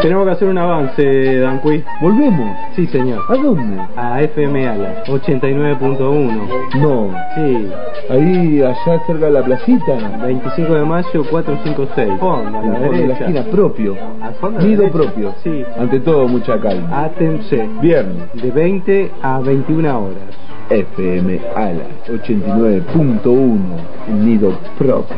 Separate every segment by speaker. Speaker 1: Tenemos que hacer un avance, Danqui.
Speaker 2: Volvemos.
Speaker 1: Sí, señor.
Speaker 2: ¿A dónde?
Speaker 1: A FM Ala, 89.1.
Speaker 2: No.
Speaker 1: Sí,
Speaker 2: Ahí, allá cerca de la placita.
Speaker 1: 25 de mayo, 456. Fondo, a la
Speaker 2: Por la
Speaker 1: derecha.
Speaker 2: esquina propio.
Speaker 1: Al fondo a la
Speaker 2: Nido
Speaker 1: derecha.
Speaker 2: propio.
Speaker 1: Sí.
Speaker 2: Ante todo, mucha calma.
Speaker 1: Átense.
Speaker 3: Ah.
Speaker 2: Viernes.
Speaker 1: De 20 a 21 horas.
Speaker 2: FM ALA 89.1. El nido propio.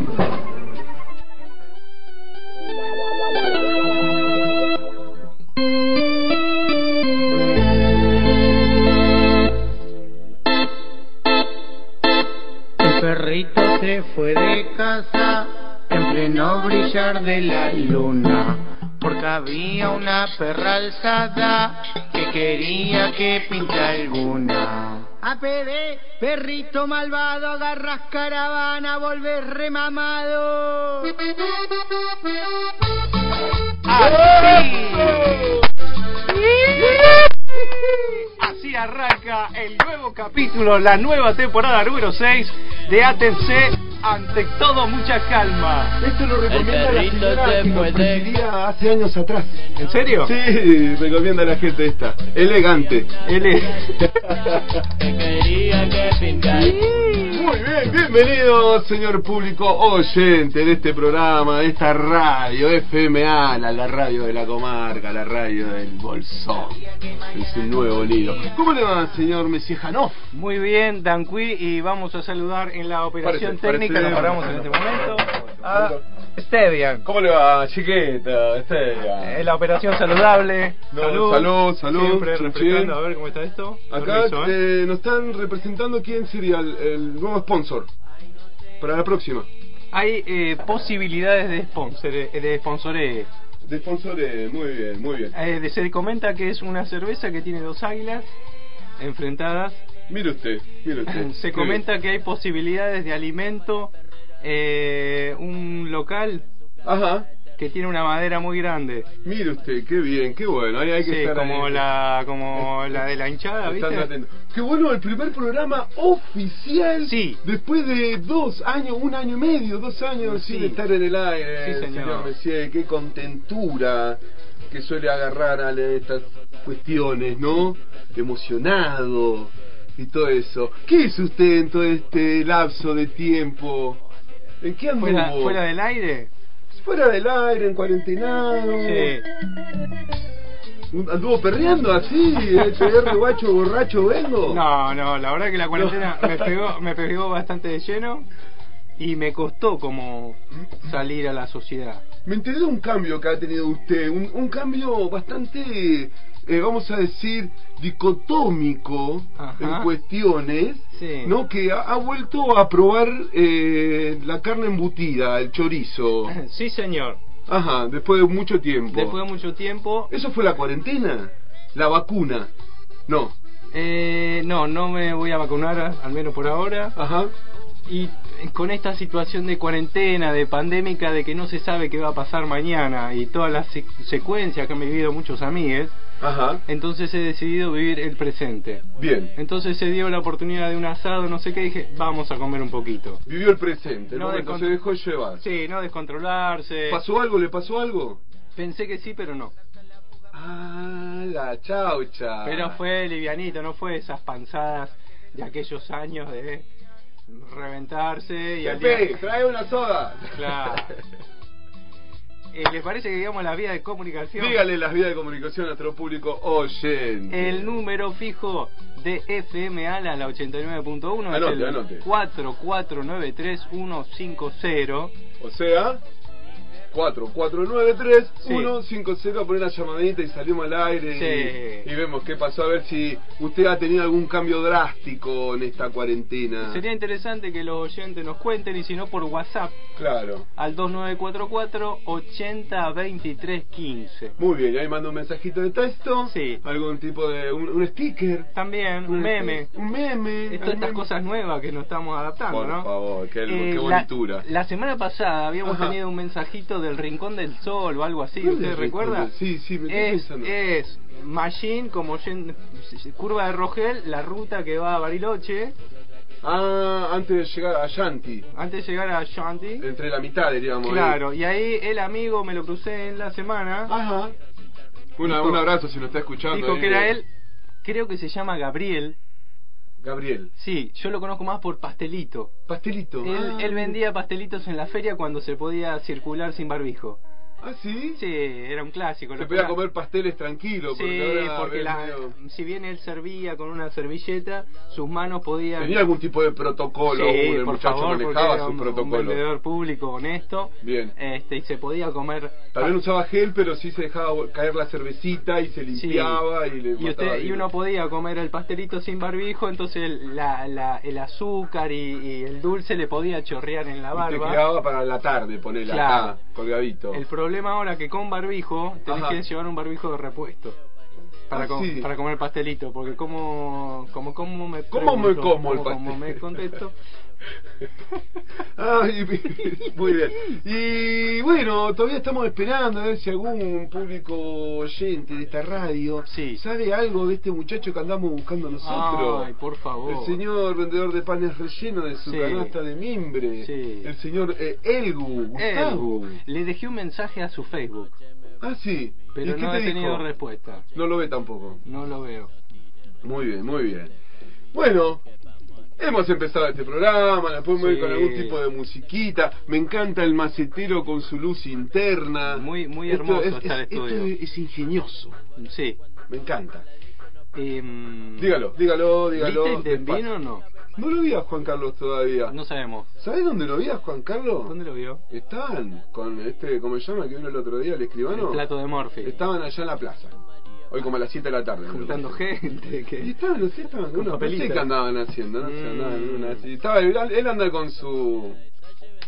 Speaker 4: El perrito se fue de casa en pleno brillar de la luna, porque había una perra alzada que quería que pinta alguna. APD, perrito malvado, agarras caravana, volvés remamado.
Speaker 3: Así arranca el nuevo capítulo, la nueva temporada número 6 de ATC. Ante todo, mucha calma.
Speaker 5: Esto lo recomienda
Speaker 6: perrito
Speaker 5: la señora
Speaker 6: se
Speaker 5: que nos
Speaker 6: puede-
Speaker 5: presidiría hace años atrás.
Speaker 3: ¿En serio?
Speaker 7: Sí, recomienda a la gente esta. Elegante.
Speaker 3: Él es-
Speaker 6: que quería que pintara.
Speaker 7: Muy bien, bienvenido, señor público oyente de este programa, de esta radio FMA, la, la radio de la comarca, la radio del bolsón. Es un nuevo lío. ¿Cómo le va, señor Messi Janoff?
Speaker 3: Muy bien, Danqui, y vamos a saludar en la operación
Speaker 7: Parece- Ah,
Speaker 3: técnica,
Speaker 7: parece-
Speaker 3: nos paramos en este momento, a Stevia,
Speaker 7: ¿Cómo le va, chiquita?
Speaker 3: eh, la operación saludable.
Speaker 7: No, salud, salud,
Speaker 3: Siempre
Speaker 7: chin,
Speaker 3: refrescando,
Speaker 7: chin.
Speaker 3: a ver cómo está esto.
Speaker 7: Acá
Speaker 3: Permiso, ¿eh?
Speaker 7: eh, nos están representando quién sería el, el nuevo sponsor para la próxima.
Speaker 3: Hay eh, posibilidades de sponsor, eh, de sponsoré.
Speaker 7: De sponsor, eh, muy bien, muy bien.
Speaker 3: Eh, de- se comenta que es una cerveza que tiene dos águilas enfrentadas.
Speaker 7: Mire usted, mire usted.
Speaker 3: Se comenta que hay posibilidades de alimento. eh, un local
Speaker 7: Ajá.
Speaker 3: que tiene una madera muy grande.
Speaker 7: Mire usted, qué bien, qué bueno. Ahí hay que
Speaker 3: Sí,
Speaker 7: estar
Speaker 3: como
Speaker 7: ahí.
Speaker 3: la como la de la hinchada,
Speaker 7: Estando
Speaker 3: Ah, ¿viste?
Speaker 7: atento. Qué bueno, el primer programa oficial.
Speaker 3: Sí.
Speaker 7: Después de dos años, un año y medio, dos años
Speaker 3: Sí.
Speaker 7: sin estar en el aire.
Speaker 3: Sí, señor.
Speaker 7: Messier, qué contentura que suele agarrar a estas cuestiones, ¿no? Emocionado y todo eso. ¿Qué hizo usted en todo este lapso de tiempo? ¿En qué anduvo?
Speaker 3: Fuera, fuera del aire.
Speaker 7: Fuera del aire, en cuarentenado.
Speaker 3: Sí.
Speaker 7: Anduvo perreando así, PR guacho borracho vengo.
Speaker 3: No, no, la verdad que la cuarentena me pegó, me pegó bastante de lleno y me costó como salir a la sociedad.
Speaker 7: Me enteré de un cambio que ha tenido usted, un, un cambio bastante, eh, vamos a decir, dicotómico
Speaker 3: Ajá.
Speaker 7: en cuestiones,
Speaker 3: Sí.
Speaker 7: ¿no? Que ha, ha vuelto a probar eh, la carne embutida, el chorizo.
Speaker 3: Sí, señor.
Speaker 7: Ajá, después de mucho tiempo.
Speaker 3: Después de mucho tiempo,
Speaker 7: ¿Eso fue la cuarentena? ¿La vacuna? No.
Speaker 3: eh, no, no me voy a vacunar, al menos por ahora.
Speaker 7: Ajá.
Speaker 3: Y con esta situación de cuarentena, de pandémica, de que no se sabe qué va a pasar mañana y todas las sec- secuencias que han vivido muchos amigues,
Speaker 7: Ajá.
Speaker 3: entonces he decidido vivir el presente.
Speaker 7: Bien.
Speaker 3: Entonces se dio la oportunidad de un asado, no sé qué, dije, vamos a comer un poquito.
Speaker 7: Vivió el presente,
Speaker 3: No,
Speaker 7: ¿no?
Speaker 3: de
Speaker 7: Entonces
Speaker 3: con-
Speaker 7: dejó llevar.
Speaker 3: Sí, eh. no descontrolarse.
Speaker 7: ¿Pasó algo? ¿Le pasó algo?
Speaker 3: Pensé que sí, pero no.
Speaker 7: Ah, la chaucha.
Speaker 3: Pero fue livianito, no fue esas panzadas de aquellos años de reventarse y al día-
Speaker 7: Pepe, trae una soda.
Speaker 3: Claro. Eh, ¿Les parece que digamos la vía de comunicación?
Speaker 7: Dígale las vías de comunicación a nuestro público oyente.
Speaker 3: El número fijo de FM ALA, la 89.1, es
Speaker 7: Anote,
Speaker 3: el
Speaker 7: anote.
Speaker 3: 4493150.
Speaker 7: O sea, 4493
Speaker 3: Sí.
Speaker 7: 150 poner la llamadita y salimos al aire
Speaker 3: Sí.
Speaker 7: y, y vemos qué pasó. A ver si usted ha tenido algún cambio drástico en esta cuarentena.
Speaker 3: Sería interesante que los oyentes nos cuenten y si no por WhatsApp
Speaker 7: Claro.
Speaker 3: al 2944 802315.
Speaker 7: Muy bien, ahí manda un mensajito de texto.
Speaker 3: Sí.
Speaker 7: Algún tipo de. un, un sticker.
Speaker 3: También un meme.
Speaker 7: Un meme.
Speaker 3: Esto-
Speaker 7: un
Speaker 3: estas
Speaker 7: meme.
Speaker 3: cosas nuevas que nos estamos adaptando,
Speaker 7: Por
Speaker 3: ¿no? Eh,
Speaker 7: favor, qué- qué
Speaker 3: la-
Speaker 7: bonitura.
Speaker 3: La, semana pasada habíamos
Speaker 7: Ajá.
Speaker 3: tenido un mensajito del Rincón del Sol o algo así,
Speaker 7: ¿Cuál
Speaker 3: ¿usted
Speaker 7: es el Rincón
Speaker 3: recuerda?
Speaker 7: del- Sí, sí, me estoy
Speaker 3: es,
Speaker 7: pensando.
Speaker 3: es Machine como yen- curva de Rogel, la ruta que va a Bariloche,
Speaker 7: Ah, antes de llegar a Shanti.
Speaker 3: antes de llegar a Shanti.
Speaker 7: Entre la mitad, diríamos.
Speaker 3: Claro, y ahí el amigo me lo crucé en la semana
Speaker 7: Ajá. Una-
Speaker 3: Dijo-
Speaker 7: un abrazo si Ah, lo está escuchando.
Speaker 3: Dijo
Speaker 7: ahí,
Speaker 3: que era él, creo que se llama Gabriel.
Speaker 7: Gabriel.
Speaker 3: Sí, yo lo conozco más por pastelito.
Speaker 7: Pastelito.
Speaker 3: Él,
Speaker 7: Ah,
Speaker 3: él vendía pastelitos en la feria cuando se podía circular sin barbijo.
Speaker 7: Ah, sí.
Speaker 3: Sí, era un clásico.
Speaker 7: Se
Speaker 3: lo
Speaker 7: podía
Speaker 3: cura-
Speaker 7: comer pasteles tranquilo.
Speaker 3: Sí,
Speaker 7: Porque ahora
Speaker 3: porque
Speaker 7: es
Speaker 3: la-
Speaker 7: medio-
Speaker 3: si bien él servía con una servilleta, sus manos podían...
Speaker 7: Tenía algún tipo de protocolo. uh,
Speaker 3: Sí,
Speaker 7: el
Speaker 3: por
Speaker 7: muchacho
Speaker 3: favor, porque
Speaker 7: manejaba
Speaker 3: era
Speaker 7: su
Speaker 3: un, un
Speaker 7: protocolo.
Speaker 3: vendedor público honesto.
Speaker 7: Bien.
Speaker 3: Este, y se podía comer...
Speaker 7: Tal vez usaba gel, pero sí se dejaba caer la cervecita y se
Speaker 3: Sí.
Speaker 7: limpiaba y le
Speaker 3: y,
Speaker 7: mataba
Speaker 3: usted, y
Speaker 7: virus.
Speaker 3: uno podía comer el pastelito sin barbijo, entonces el, la- la- el azúcar y, y el dulce le podía chorrear en la
Speaker 7: Y te
Speaker 3: barba.
Speaker 7: quedaba para la tarde, ponele
Speaker 3: Claro.
Speaker 7: acá, colgadito.
Speaker 3: El problema ahora que con barbijo tenés
Speaker 7: Ajá.
Speaker 3: que llevar un barbijo de repuesto para,
Speaker 7: Ah,
Speaker 3: com-
Speaker 7: sí.
Speaker 3: para comer pastelito, porque como como como me
Speaker 7: ¿Cómo me
Speaker 3: pregunto,
Speaker 7: como el
Speaker 3: como- como me
Speaker 7: pastel?
Speaker 3: contesto
Speaker 7: Ay, muy bien. Y bueno, todavía estamos esperando a ver si algún público oyente de esta radio
Speaker 3: Sí.
Speaker 7: sabe algo de este muchacho que andamos buscando nosotros.
Speaker 3: Ay, por favor.
Speaker 7: El señor vendedor de panes relleno de su
Speaker 3: Sí.
Speaker 7: canasta de mimbre.
Speaker 3: Sí.
Speaker 7: El señor eh, Elgu, Gustavo.
Speaker 3: Él, le dejé un mensaje a su Facebook,
Speaker 7: Ah, sí.
Speaker 3: pero
Speaker 7: ¿Y
Speaker 3: no
Speaker 7: qué
Speaker 3: he
Speaker 7: te
Speaker 3: tenido
Speaker 7: dijo?
Speaker 3: respuesta.
Speaker 7: No lo ve tampoco.
Speaker 3: No lo veo.
Speaker 7: Muy bien, muy bien. Bueno, hemos empezado este programa, la podemos ir
Speaker 3: Sí.
Speaker 7: con algún tipo de musiquita. Me encanta el macetero con su luz interna.
Speaker 3: Muy- muy
Speaker 7: Esto
Speaker 3: hermoso
Speaker 7: es,
Speaker 3: está el
Speaker 7: es-
Speaker 3: estudio.
Speaker 7: Esto es, es ingenioso,
Speaker 3: Sí.
Speaker 7: me encanta.
Speaker 3: Em,
Speaker 7: Dígalo, dígalo, dígalo.
Speaker 3: ¿Viste el
Speaker 7: despacio.
Speaker 3: Delfín o no?
Speaker 7: No lo vi a Juan Carlos todavía.
Speaker 3: No sabemos.
Speaker 7: ¿Sabés dónde lo vi a Juan Carlos?
Speaker 3: ¿Dónde lo vio?
Speaker 7: Estaban con este, ¿cómo se llama? Que vino el otro día, el escribano.
Speaker 3: El plato de Morphy.
Speaker 7: Estaban allá en la plaza. Hoy como a las 7 de la tarde. me
Speaker 3: juntando
Speaker 7: parece.
Speaker 3: gente
Speaker 7: Y
Speaker 3: que
Speaker 7: estaban, sí, estaban con
Speaker 3: Con
Speaker 7: unos
Speaker 3: papelitos.
Speaker 7: no sé qué andaban haciendo, no sé,
Speaker 3: Mm.
Speaker 7: andaban en una así. Estaba, él, él anda con su...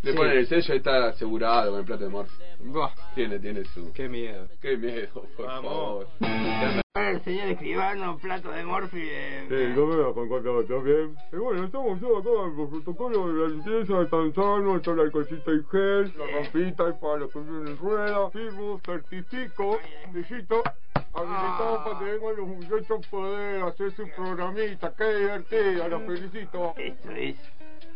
Speaker 7: Le
Speaker 3: Sí.
Speaker 7: ponen el sello y está asegurado con el plato de morf.
Speaker 3: Buah,
Speaker 7: Tiene, tiene su...
Speaker 3: qué miedo.
Speaker 7: Qué miedo, por
Speaker 3: Vamos.
Speaker 7: favor.
Speaker 4: Ah, El señor escribano, plato de Morphy. eh,
Speaker 8: con bien. Y bueno, estamos todos acá con protocolo de la limpieza, de tanzano, está la alcoholcita y gel, la rampita y para los que vienen rueda, firmo, certifico, visito,
Speaker 4: Ah.
Speaker 8: habilitado para que vengan los muchachos a poder hacer su programita, qué divertida, los felicito.
Speaker 4: Esto Mm. es,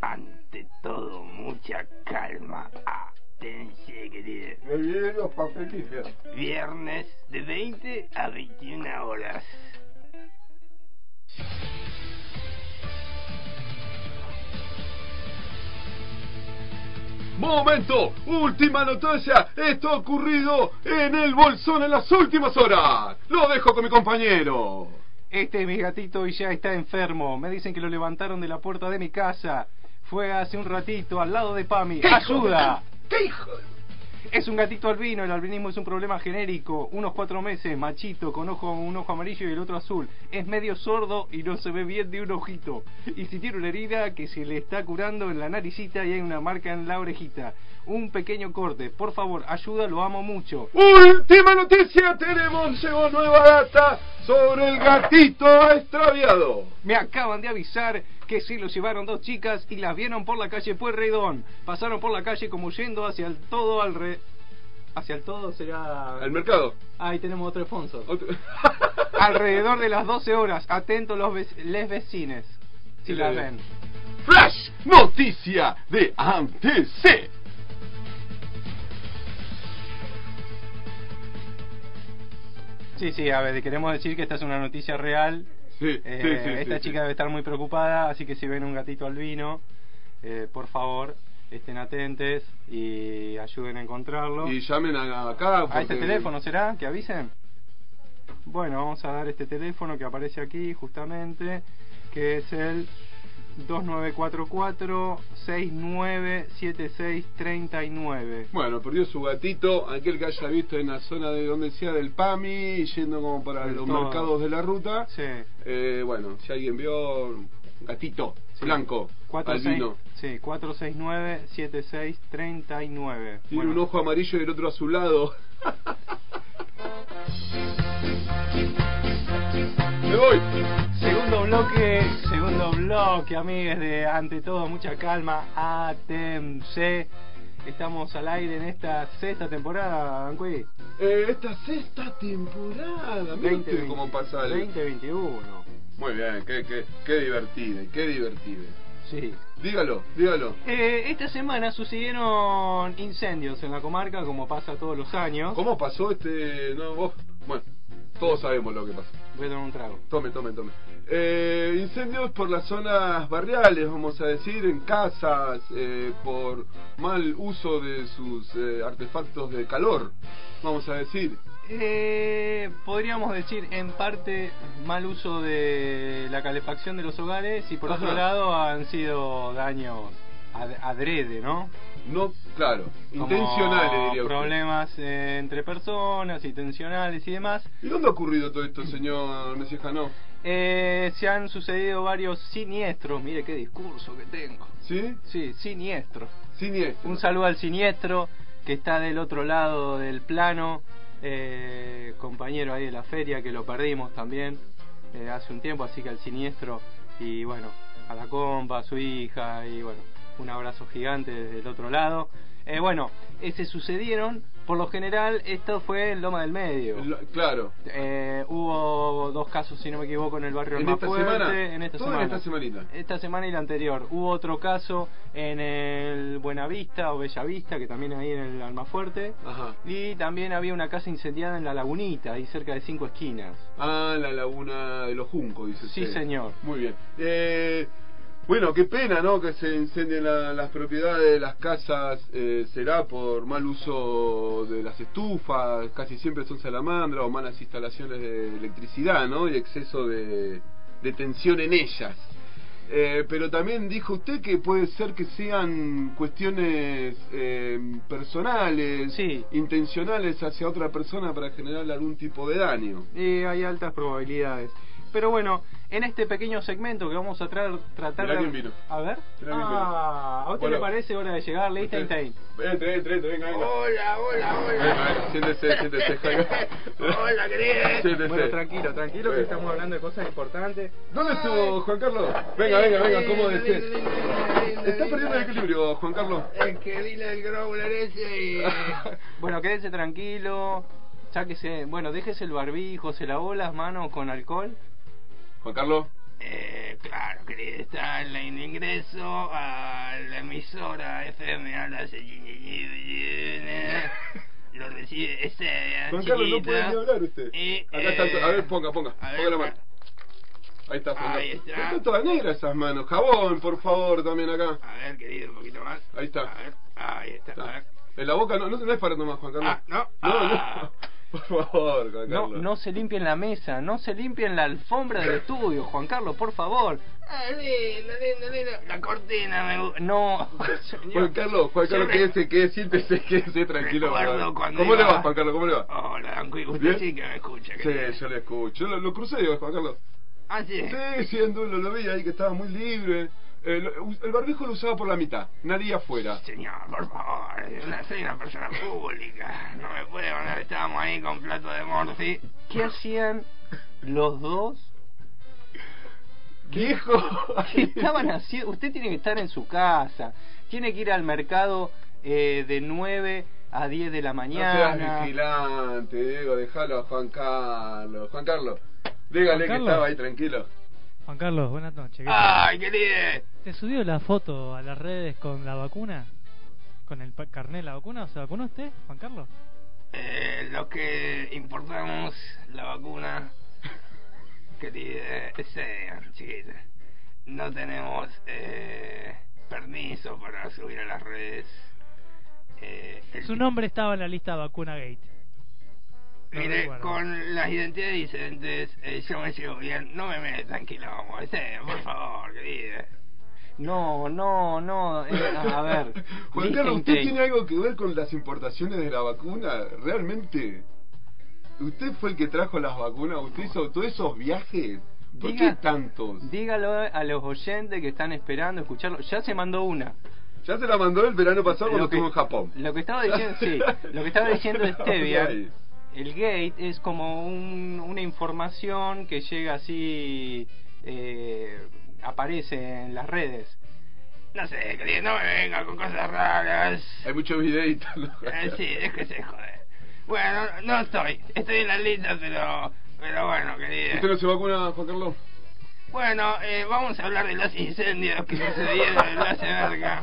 Speaker 4: ante todo, mucha calma. Atención, querido.
Speaker 8: Me vienen los papelitos.
Speaker 4: Viernes de 20 a 21 horas.
Speaker 7: Momento, última noticia. Esto ha ocurrido en el bolsón en las últimas horas. Lo dejo con mi compañero.
Speaker 3: Este es mi gatito y ya está enfermo. Me dicen que lo levantaron de la puerta de mi casa. Fue hace un ratito al lado de Pami. ¡Ayuda!
Speaker 7: ¿Qué hijo de-
Speaker 3: Es un gatito albino. El albinismo es un problema genérico. Unos cuatro meses, machito, con ojo, un ojo amarillo y el otro azul. Es medio sordo y no se ve bien de un ojito. Y si tiene una herida que se le está curando en la naricita y hay una marca en la orejita. Un pequeño corte. Por favor, ayuda, lo amo mucho.
Speaker 7: Última noticia tenemos, llegó nueva data sobre el gatito extraviado.
Speaker 3: Me acaban de avisar que se lo llevaron dos chicas y las vieron por la calle Pueyrredón. Pasaron por la calle como yendo hacia el todo al re... Hacia el todo será...
Speaker 7: Al mercado.
Speaker 3: Ahí tenemos otro sponsor.
Speaker 7: Otro-
Speaker 3: Alrededor de las 12 horas. Atentos los vec- les vecines. Si
Speaker 7: Sí,
Speaker 3: las
Speaker 7: le-
Speaker 3: ven.
Speaker 7: Flash, noticia de ANTC.
Speaker 3: Sí, sí, a ver, queremos decir que esta es una noticia real.
Speaker 7: Sí, sí,
Speaker 3: Eh,
Speaker 7: sí, sí,
Speaker 3: esta
Speaker 7: sí.
Speaker 3: chica debe estar muy preocupada, así que si ven un gatito albino, eh, por favor, estén atentes y ayuden a encontrarlo.
Speaker 7: Y llamen a- acá.
Speaker 3: ¿A este
Speaker 7: porque-
Speaker 3: teléfono será? ¿Que avisen? Bueno, vamos a dar este teléfono que aparece aquí justamente, que es el 2944-697639.
Speaker 7: Bueno, perdió su gatito, aquel que haya visto en la zona de donde sea del PAMI, yendo como para
Speaker 3: Del
Speaker 7: los
Speaker 3: todo.
Speaker 7: mercados de la ruta.
Speaker 3: Sí.
Speaker 7: Eh, bueno, si alguien vio, gatito,
Speaker 3: Sí.
Speaker 7: blanco,
Speaker 3: Cuatro,
Speaker 7: albino.
Speaker 3: seis- sí, 469-7639.
Speaker 7: Tiene
Speaker 3: Bueno,
Speaker 7: un ojo amarillo y el otro azulado. Me voy.
Speaker 3: Segundo bloque, segundo bloque, amigues de ante todo mucha calma, ATMC. Estamos al aire en esta sexta temporada, Banqui.
Speaker 7: Eh, esta sexta temporada. Mira usted cómo ¿eh? pasa el-
Speaker 3: 2021.
Speaker 7: Muy bien, qué, qué, qué divertido, qué divertido.
Speaker 3: Sí.
Speaker 7: Dígalo, dígalo.
Speaker 3: Eh, esta semana sucedieron incendios en la comarca, como pasa todos los años.
Speaker 7: ¿Cómo pasó este.? No, vos. Bueno, Todos sabemos lo que pasa.
Speaker 3: Voy a tomar un trago.
Speaker 7: Tome, tome, tome. Eh, incendios por las zonas barriales, vamos a decir, en casas, eh, por mal uso de sus eh, artefactos de calor, vamos a decir.
Speaker 3: Eh, podríamos decir en parte mal uso de la calefacción de los hogares y por otro
Speaker 7: Ajá.
Speaker 3: lado han sido daños ad- adrede, ¿no?
Speaker 7: No, claro,
Speaker 3: Como
Speaker 7: intencionales, diría usted.
Speaker 3: Problemas eh, entre personas, intencionales y demás.
Speaker 7: ¿Y dónde ha ocurrido todo esto, señor Mesías Janó?
Speaker 3: Eh, se han sucedido varios siniestros, mire qué discurso que tengo.
Speaker 7: ¿Sí?
Speaker 3: Sí, siniestro.
Speaker 7: Siniestro.
Speaker 3: Un saludo al siniestro que está del otro lado del plano, eh, compañero ahí de la feria que lo perdimos también eh, hace un tiempo, así que al siniestro y bueno, a la compa, a su hija y bueno, un abrazo gigante desde el otro lado. Eh, bueno, eh, se sucedieron, por lo general esto fue en Loma del Medio.
Speaker 7: Lo- Claro.
Speaker 3: Eh, hubo dos casos, si no me equivoco, en el barrio
Speaker 7: En
Speaker 3: El
Speaker 7: esta
Speaker 3: Mafuerte,
Speaker 7: semana.
Speaker 3: en esta
Speaker 7: Todo en
Speaker 3: semana.
Speaker 7: esta semanita.
Speaker 3: Esta semana y la anterior. Hubo otro caso en el Buenavista o Bellavista, que también ahí en el Almafuerte.
Speaker 7: Ajá.
Speaker 3: Y también había una casa incendiada en La Lagunita, ahí cerca de Cinco Esquinas.
Speaker 7: Ah, la laguna de los juncos, dice
Speaker 3: Sí,
Speaker 7: usted.
Speaker 3: señor.
Speaker 7: Muy bien. Eh, bueno, qué pena, ¿no? Que se incendien la- las propiedades de las casas. eh, será por mal uso de las estufas, casi siempre son salamandra o malas instalaciones de electricidad, ¿no? Y exceso de, de tensión en ellas. Eh, pero también dijo usted que puede ser que sean cuestiones eh, personales,
Speaker 3: Sí.
Speaker 7: intencionales hacia otra persona para generar algún tipo de daño.
Speaker 3: Y hay altas probabilidades. Pero bueno, en este pequeño segmento que vamos a tra- tratar
Speaker 7: Mirá
Speaker 3: de...
Speaker 7: quién vino.
Speaker 3: A ver.
Speaker 7: Mirá quién vino.
Speaker 3: Ah, ¿A usted
Speaker 7: Hola.
Speaker 3: le parece hora de llegar, Liechtenstein?
Speaker 7: Entre, entre, entre, venga, venga.
Speaker 5: Hola, hola,
Speaker 7: Venga,
Speaker 4: Ah,
Speaker 7: venga, siéntese, siéntese, Jaca.
Speaker 5: Hola, querido.
Speaker 7: Siéntese.
Speaker 3: Bueno, tranquilo, tranquilo, que
Speaker 7: Venga.
Speaker 3: estamos hablando de cosas importantes.
Speaker 7: ¿Dónde estuvo Juan Carlos? Venga, venga, venga, ¿cómo decís? Está perdiendo el equilibrio, Juan Carlos.
Speaker 5: Es que dile el growler ese y...
Speaker 3: Bueno, quédese tranquilo. Sáquese, bueno, déjese el barbijo, se lavó las manos con alcohol.
Speaker 7: Juan Carlos.
Speaker 5: Eh, claro, querido, está en el ingreso a la emisora FM a las... Lo recibe ese...
Speaker 7: Juan Carlos, no puede ni hablar usted.
Speaker 5: Eh,
Speaker 7: Acá está, a ver, ponga, ponga,
Speaker 5: a
Speaker 7: ponga
Speaker 5: ver,
Speaker 7: la mano. Ahí está, Juan
Speaker 5: Ahí
Speaker 7: Carlos.
Speaker 5: está.
Speaker 7: Están todas negras esas manos. Jabón, por favor, también acá.
Speaker 5: A ver, querido, un poquito más.
Speaker 7: Ahí está.
Speaker 5: A ver, ahí está. A ver.
Speaker 7: En la boca no, no, no es para nomás, Juan Carlos.
Speaker 5: Ah, no.
Speaker 7: No,
Speaker 5: Ah.
Speaker 7: no. Por favor, Juan
Speaker 3: No,
Speaker 7: Carlos.
Speaker 3: no se limpien la mesa, no se limpien la alfombra del estudio, Juan Carlos, por favor.
Speaker 5: Ah, lindo, lindo, lindo. La cortina me gusta.
Speaker 3: No,
Speaker 7: Juan
Speaker 3: señor.
Speaker 7: Carlos, Juan Carlos,
Speaker 5: Siempre-
Speaker 7: quédese, quédese, siéntese, quédese tranquilo.
Speaker 5: Recuerdo
Speaker 7: Juan.
Speaker 5: cuando
Speaker 7: ¿Cómo le
Speaker 5: iba-
Speaker 7: va, Juan Carlos? ¿Cómo le va?
Speaker 5: Hola, Don Cuy, usted
Speaker 7: Bien.
Speaker 5: sí Oh, que me escucha.
Speaker 7: Sí,
Speaker 5: querido.
Speaker 7: yo le escucho. Lo, lo crucé, Juan Carlos.
Speaker 5: Ah, sí.
Speaker 7: Sí, sí, anduve, lo, lo vi ahí que estaba muy libre. Eh, lo- El, barbijo lo usaba por la mitad, nadie afuera.
Speaker 5: Señor, por favor, una- soy una persona pública. No me puede mandar, estábamos ahí con plato de morci.
Speaker 3: ¿Qué hacían los dos?
Speaker 7: Viejo.
Speaker 3: ¿Qué estaban haciendo? Usted tiene que estar en su casa, tiene que ir al mercado eh, de 9 a 10 de la
Speaker 7: No
Speaker 3: mañana.
Speaker 7: seas vigilante, Diego, dejalo a Juan Carlos. Juan Carlos, dígale
Speaker 9: Juan Carlos.
Speaker 7: que estaba ahí tranquilo.
Speaker 9: Juan Carlos, buenas noches. ¿Qué tal?
Speaker 5: ¡Ay, querido!
Speaker 9: ¿Te subió la foto a las redes con la vacuna? ¿Con el pa- carnet de la vacuna? ¿Se vacunó usted, Juan Carlos?
Speaker 5: Eh, los que importamos la vacuna, querida, sean chiquita, no tenemos eh, permiso para subir a las redes. Eh, el-
Speaker 9: Su nombre estaba en la lista vacuna Gate. Lo
Speaker 5: Mire,
Speaker 9: recuerdo.
Speaker 5: con las identidades disidentes eh, yo me llevo bien, no me metan quilombo, sean, por favor, querida.
Speaker 3: No, no, no. eh, a ver.
Speaker 7: Juan Carlos, ¿usted
Speaker 3: Liechtenstein.
Speaker 7: tiene algo que ver con las importaciones de la vacuna? ¿Realmente? ¿Usted fue el que trajo las vacunas? ¿Usted hizo todos esos viajes? ¿Por
Speaker 3: Diga-
Speaker 7: qué tantos?
Speaker 3: Dígalo a los oyentes que están esperando escucharlo. Ya se mandó una.
Speaker 7: Ya se la mandó el verano pasado cuando
Speaker 3: Lo que-
Speaker 7: estuvo en Japón.
Speaker 3: Lo que estaba diciendo, sí, lo que estaba diciendo Stevia, el gate es como un- una información que llega así, eh, aparece en las redes.
Speaker 5: No sé, querida, no me vengan con cosas raras.
Speaker 7: Hay muchos videitos. ¿no?
Speaker 5: Eh, sí, es que se jode. Bueno, no estoy. Estoy en la lista, pero... Pero bueno,
Speaker 7: ¿Usted
Speaker 5: querido.
Speaker 7: no se vacuna, Juan Carlos?
Speaker 5: Bueno, eh, vamos a hablar de los incendios que sucedieron en la cerca.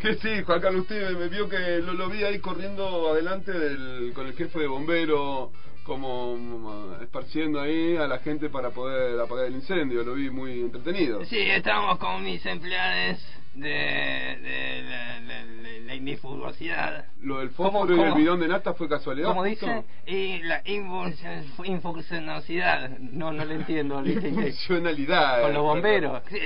Speaker 7: Que sí, Juan Carlos, usted me vio que lo, lo vi ahí corriendo adelante del, con el jefe de bombero, como mm, esparciendo ahí a la gente para poder apagar el incendio. Lo vi muy entretenido.
Speaker 5: Sí, estamos con mis empleados de, de la, la, la- la inifugosidad.
Speaker 7: Lo del
Speaker 5: ¿Cómo-
Speaker 7: fósforo y el
Speaker 5: cómo?
Speaker 7: bidón de nata fue casualidad.
Speaker 5: Como dice, y la invulsion- infusionosidad. No, no le entiendo. ¿viste?
Speaker 7: Funcionalidad. eh,
Speaker 5: Con los bomberos. Sí,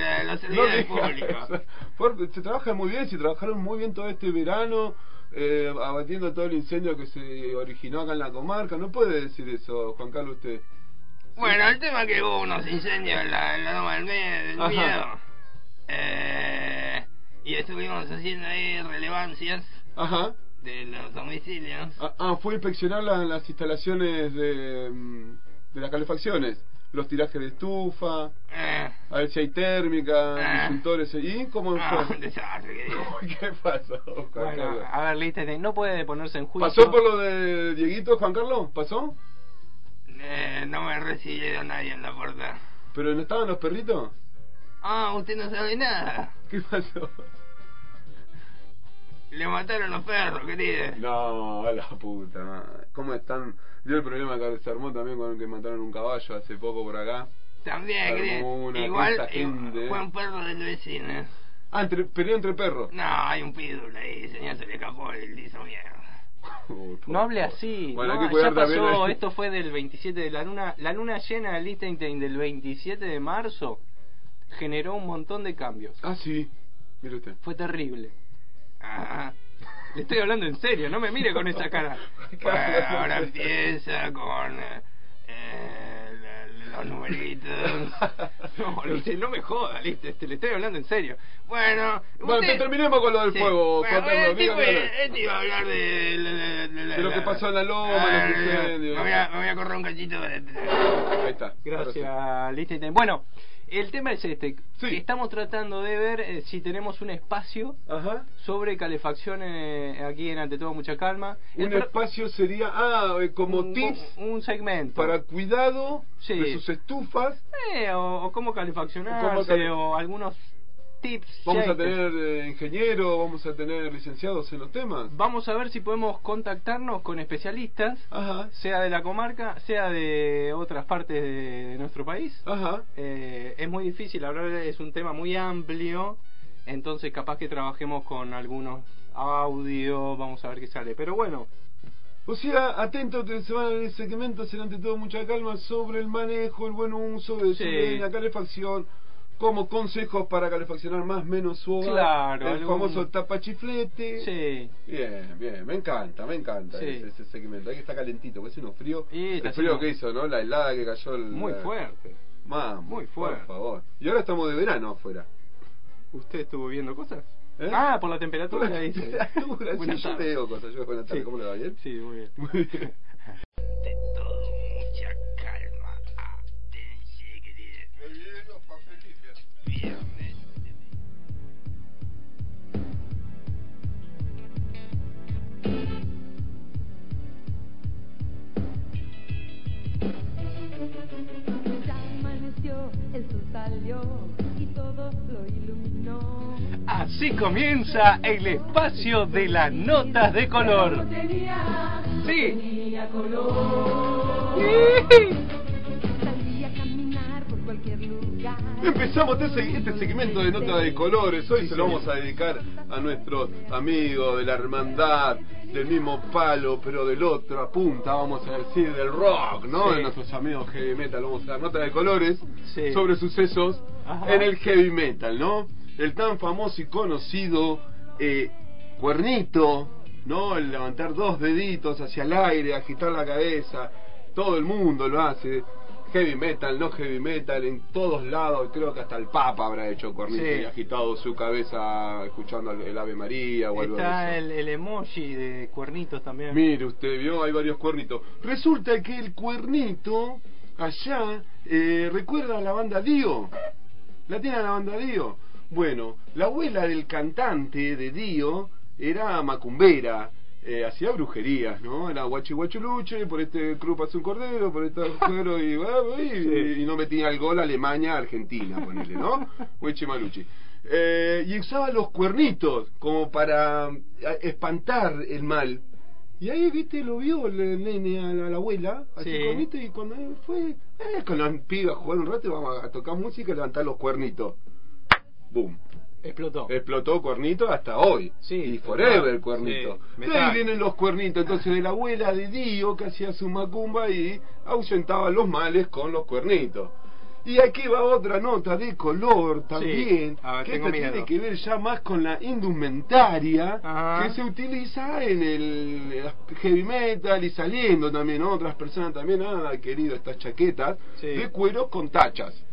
Speaker 5: la- la seguridad
Speaker 7: No digas
Speaker 5: pública.
Speaker 7: eso. Por- se trabaja muy bien, se trabajaron muy bien todo este verano, eh, abatiendo todo el incendio que se originó acá en la comarca. No puede decir eso, Juan Carlos, usted.
Speaker 5: Bueno, el tema que hubo unos incendios en la, en la Loma del Mie- del
Speaker 7: Ajá.
Speaker 5: Miedo. Eh, y estuvimos haciendo ahí relevancias
Speaker 7: Ajá.
Speaker 5: de los domicilios.
Speaker 7: Ah, ah, fue inspeccionar la- las instalaciones de, mm, de las calefacciones, los tirajes de estufa,
Speaker 5: Eh,
Speaker 7: a ver si hay térmica,
Speaker 5: Ah.
Speaker 7: disyuntores. ¿Y cómo
Speaker 5: ah, un
Speaker 7: fue?
Speaker 5: desastre, que digo.
Speaker 7: ¿Qué pasó, Juan
Speaker 3: Bueno,
Speaker 7: Carlos?
Speaker 5: ah,
Speaker 3: a ver,
Speaker 5: este,
Speaker 3: Liechtenstein, no puede ponerse en juicio.
Speaker 7: ¿Pasó por lo de Dieguito, Juan Carlos? ¿Pasó?
Speaker 5: Eh, no me recibió nadie en la puerta.
Speaker 7: ¿Pero no estaban los perritos?
Speaker 5: Ah, usted no sabe nada.
Speaker 7: ¿Qué pasó?
Speaker 5: Le mataron los perros, querido.
Speaker 7: No, a la puta madre. ¿Cómo están? Vio el problema que se armó también con que mataron un caballo hace poco por acá.
Speaker 5: También,
Speaker 7: Armó
Speaker 5: querido.
Speaker 7: una
Speaker 5: Igual
Speaker 7: cosa
Speaker 5: eh,
Speaker 7: gente, eh.
Speaker 5: fue un perro del vecino.
Speaker 7: Ah, entre, peleó entre perros.
Speaker 5: No, hay un pídulo ahí, señor, se le escapó y le hizo mierda.
Speaker 7: Uy, por
Speaker 3: No hable
Speaker 7: favor.
Speaker 3: así.
Speaker 7: Bueno,
Speaker 3: no,
Speaker 7: hay que cuidar
Speaker 3: ya
Speaker 7: también
Speaker 3: pasó,
Speaker 7: el-
Speaker 3: esto fue del 27 de la luna. La luna llena de Liechtenstein del 27 de marzo generó un montón de cambios.
Speaker 7: Ah, sí. Mire usted.
Speaker 3: Fue terrible. Ah,
Speaker 5: Ajá.
Speaker 3: Le estoy hablando en serio, no me mire con esa cara.
Speaker 5: Bueno, ahora empieza con eh, eh, la- la- los numeritos.
Speaker 3: No, Liechtenstein, no me joda, Liechtenstein, le estoy hablando en serio.
Speaker 5: Bueno,
Speaker 7: Bueno,
Speaker 5: usted-
Speaker 7: te- terminemos con lo del
Speaker 5: Sí.
Speaker 7: fuego,
Speaker 5: Bueno,
Speaker 7: Juan Carlos,
Speaker 3: eh,
Speaker 5: el tipo,
Speaker 7: dígame.
Speaker 5: el tipo iba a hablar de, de- de- Ah,
Speaker 7: De lo que pasó en la loma, los incendios.
Speaker 5: Me voy, a, me voy a correr un cachito. de-
Speaker 3: eh,
Speaker 7: Ahí está. Ahora sí.
Speaker 3: Gracias, Liechtenstein. Bueno, el tema es este.
Speaker 7: Sí.
Speaker 3: Estamos tratando de ver eh, si tenemos un espacio
Speaker 7: Ajá.
Speaker 3: sobre calefacción eh, aquí en Ante Todo Mucha Calma. El
Speaker 7: Un
Speaker 3: pro-
Speaker 7: espacio sería, ah, eh, como
Speaker 3: un-
Speaker 7: tips
Speaker 3: Un, segmento.
Speaker 7: para cuidado
Speaker 3: Sí.
Speaker 7: de sus estufas.
Speaker 3: Eh, o, o cómo calefaccionarse,
Speaker 7: O cómo cale-
Speaker 3: o algunos tips.
Speaker 7: Vamos a
Speaker 3: shakers.
Speaker 7: tener eh, ingenieros, vamos a tener licenciados en los temas.
Speaker 3: Vamos a ver si podemos contactarnos con especialistas,
Speaker 7: Ajá.
Speaker 3: sea de la comarca, sea de otras partes de, de nuestro país.
Speaker 7: Ajá.
Speaker 3: Eh, es muy difícil hablar, es un tema muy amplio, entonces capaz que trabajemos con algunos audio, vamos a ver qué sale. Pero bueno,
Speaker 7: O sea, atento que se van a ver segmentos, será ante todo mucha calma sobre el manejo, el buen uso de su
Speaker 3: Sí.
Speaker 7: leña, calefacción, como consejos para calefaccionar más menos su hogar,
Speaker 3: Claro,
Speaker 7: el
Speaker 3: algún-
Speaker 7: famoso tapachiflete.
Speaker 3: sí.
Speaker 7: Bien, bien, me encanta, me encanta
Speaker 3: Sí.
Speaker 7: ese, ese segmento. Hay que estar calentito, que hace uno frío.
Speaker 3: Y está
Speaker 7: el frío
Speaker 3: haciendo-
Speaker 7: que hizo, ¿no? La helada que cayó. El,
Speaker 3: Muy
Speaker 7: la-
Speaker 3: fuerte.
Speaker 7: Vamos,
Speaker 3: Muy fuerte.
Speaker 7: Por favor. Y ahora estamos de verano afuera.
Speaker 3: ¿Usted estuvo viendo cosas?
Speaker 7: ¿Eh?
Speaker 3: Ah, por la
Speaker 7: Por
Speaker 3: temperatura.
Speaker 7: la
Speaker 3: dice.
Speaker 7: temperatura, sí,
Speaker 3: Buenas
Speaker 7: yo te
Speaker 3: tardes.
Speaker 7: digo cosas. Yo, buenas tardes,
Speaker 3: Sí.
Speaker 7: ¿cómo le va? ¿Bien?
Speaker 3: Sí, muy bien.
Speaker 7: Muy bien.
Speaker 5: Ante todo, mucha calma. Atención, querido. Viernes.
Speaker 10: Ya amaneció, el sol salió y todo lo iluminó.
Speaker 3: Así comienza el espacio de las notas de color.
Speaker 10: Tenía,
Speaker 3: Sí.
Speaker 10: tenía color. Salí a caminar por cualquier lugar.
Speaker 7: Empezamos este, este segmento de Nota de Colores. Hoy se lo vamos a dedicar a nuestros amigos de la hermandad, del mismo palo, pero del otro, a punta, vamos a decir, del rock, ¿no?
Speaker 3: Sí.
Speaker 7: De nuestros amigos heavy metal. Vamos a dar Nota de Colores
Speaker 3: Sí.
Speaker 7: sobre sucesos
Speaker 3: Ajá.
Speaker 7: en el heavy metal, ¿no? El tan famoso y conocido eh, cuernito, ¿no? El levantar dos deditos hacia el aire, agitar la cabeza. Todo el mundo lo hace. Heavy metal, no heavy metal, en todos lados. Creo que hasta el Papa habrá hecho cuernito
Speaker 3: Sí.
Speaker 7: y agitado su cabeza escuchando el Ave María o algo de
Speaker 3: Está
Speaker 7: eso.
Speaker 3: el, el emoji de cuernitos también.
Speaker 7: Mire, usted vio, hay varios cuernitos. Resulta que el cuernito allá eh, recuerda a la banda Dio. La tiene la banda Dio. Bueno, la abuela del cantante de Dio era macumbera. eh, hacía brujerías, ¿no? Era guachi guachuluche, por este club hace un cordero, por este agujero y, y, y no metía el gol a Alemania, Argentina, ponele, ¿no? Guachi maluchi. Eh, y usaba los cuernitos como para eh, espantar el mal
Speaker 11: Y ahí, viste, lo vio el nene a la, a la abuela, así
Speaker 7: Sí.
Speaker 11: con esto, y cuando él fue,
Speaker 7: Eh, con las pibas jugar un rato y vamos a tocar música y levantar los cuernitos. Boom.
Speaker 3: Explotó.
Speaker 7: Explotó cuernito hasta hoy.
Speaker 3: Sí,
Speaker 7: y
Speaker 3: total.
Speaker 7: forever el cuernito.
Speaker 3: Sí,
Speaker 7: De
Speaker 3: metal.
Speaker 7: ahí vienen los cuernitos. Entonces, de la abuela de Dio que hacía su macumba y ahuyentaba los males con los cuernitos. Y aquí va otra nota de color también,
Speaker 3: A ver,
Speaker 7: que
Speaker 3: tengo
Speaker 7: esta
Speaker 3: miedo.
Speaker 7: tiene que ver ya más con la indumentaria
Speaker 3: Ajá.
Speaker 7: que se utiliza en el heavy metal y saliendo también ¿no? otras personas también han querido estas chaquetas
Speaker 3: Sí.
Speaker 7: de cueros con tachas.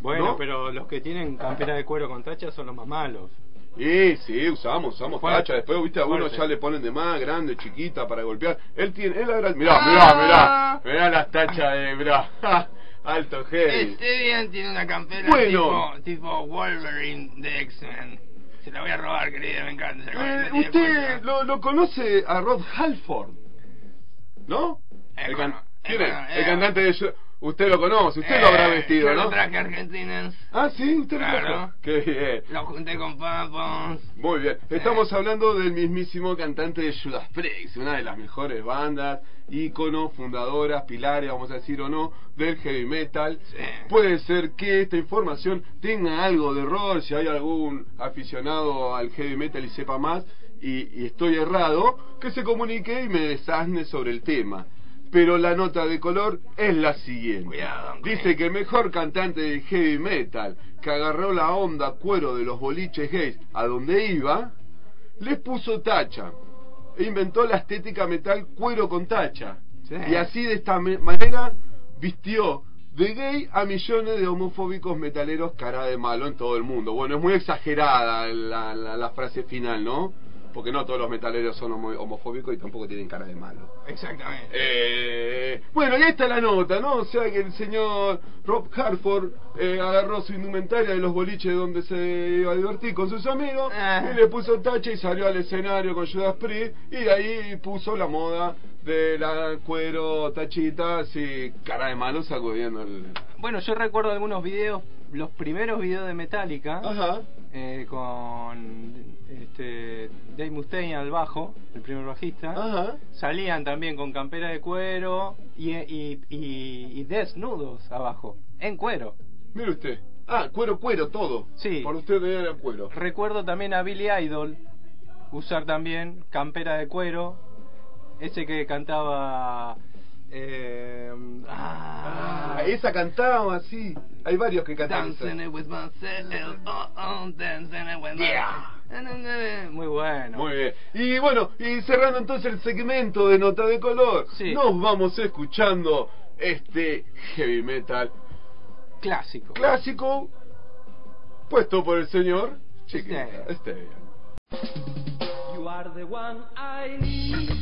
Speaker 3: Bueno,
Speaker 7: ¿No?
Speaker 3: pero los que tienen campera de cuero con tachas son los más malos.
Speaker 7: Sí, sí, usamos, usamos
Speaker 3: Fuerte,
Speaker 7: tachas. Después, viste, a uno
Speaker 3: fuerte.
Speaker 7: ya le ponen de más, grande, chiquita, para golpear. Él tiene, él ahora,
Speaker 5: Ah.
Speaker 7: mirá, mirá, mirá, mirá las tachas de, mirá, ja, alto heavy.
Speaker 5: Este bien tiene una campera
Speaker 7: Bueno.
Speaker 5: tipo, tipo Wolverine de X-Men. Se la voy a robar, querida, me encanta. esa
Speaker 7: Eh,
Speaker 5: campera, tiene
Speaker 7: usted lo, lo conoce a Rod Halford, ¿no? El can- ¿Quién es?
Speaker 5: bueno,
Speaker 7: El
Speaker 5: eh.
Speaker 7: cantante de... Yo- Usted lo conoce, usted
Speaker 5: Eh,
Speaker 7: lo habrá vestido,
Speaker 5: yo lo
Speaker 7: ¿no?
Speaker 5: traje a Argentinas.
Speaker 7: Ah, sí, usted lo
Speaker 5: Claro.
Speaker 7: trajo. Qué bien.
Speaker 5: Lo junté con Papos.
Speaker 7: Muy bien, estamos hablando del mismísimo cantante de Judas Priest, una de las mejores bandas, íconos, fundadoras, pilares, vamos a decir o no, del heavy metal. Puede ser que esta información tenga algo de error, si hay algún aficionado al heavy metal y sepa más, y, y estoy errado, que se comunique y me desazne sobre el tema. Pero la nota de color es la siguiente. Dice que el mejor cantante de heavy metal que agarró la onda cuero de los boliches gays a donde iba, les puso tacha. E inventó la estética metal cuero con tacha. Y así de esta me- manera vistió de gay a millones de homofóbicos metaleros cara de malo en todo el mundo. Bueno, es muy exagerada la, la- la frase final, ¿no? Porque no todos los metaleros son homo- homofóbicos y tampoco tienen cara de malo.
Speaker 5: Exactamente.
Speaker 7: Eh, bueno, y ahí está la nota, ¿no? O sea que el señor Rob Harford eh, agarró su indumentaria de los boliches donde se iba a divertir con sus amigos
Speaker 5: Ah.
Speaker 7: y le puso tacha y salió al escenario con Judas Priest y de ahí puso la moda de la cuero, tachitas y cara de malo sacudiendo el...
Speaker 3: Bueno, yo recuerdo algunos videos, los primeros videos de Metallica, eh, con este, Dave Mustaine al bajo, el primer bajista, salían también con campera de cuero y, y, y- y desnudos abajo, en cuero.
Speaker 7: Mire usted. Ah, cuero, cuero, todo.
Speaker 3: Sí.
Speaker 7: Por usted era cuero.
Speaker 3: Recuerdo también a Billy Idol usar también campera de cuero, ese que cantaba... eh, ah,
Speaker 7: Ah, esa cantaba así. Hay varios que cantan. esa.
Speaker 5: Dancing it with myself. Oh,
Speaker 3: uh-uh,
Speaker 5: oh, dancing it with
Speaker 7: Yeah.
Speaker 5: myself.
Speaker 3: Muy bueno.
Speaker 7: Muy bien. Y bueno, y cerrando entonces el segmento de Nota de Color, nos vamos escuchando este heavy metal
Speaker 3: clásico.
Speaker 7: Clásico puesto por el señor Chiquita. Este.
Speaker 6: You are the one I need.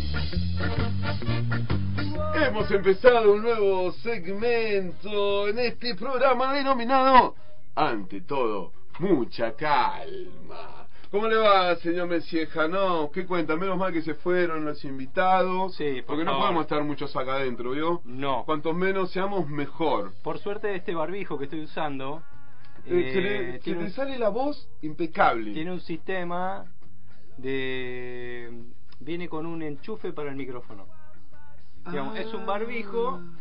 Speaker 7: Hemos empezado un nuevo segmento en este programa denominado Ante todo, mucha calma. ¿Cómo le va, señor Mesieja? No, ¿qué cuenta? Menos mal que se fueron los invitados. Sí, porque no
Speaker 3: favor.
Speaker 7: podemos estar muchos acá adentro, ¿vio?
Speaker 3: No.
Speaker 7: Cuantos menos seamos, mejor.
Speaker 3: Por suerte este barbijo que estoy usando
Speaker 7: Eh, se
Speaker 3: eh,
Speaker 7: le- se
Speaker 3: tiene
Speaker 7: le
Speaker 3: un-
Speaker 7: sale la voz impecable.
Speaker 3: tiene un sistema de viene con un enchufe para el micrófono. Digamos, es un barbijo
Speaker 7: Ah.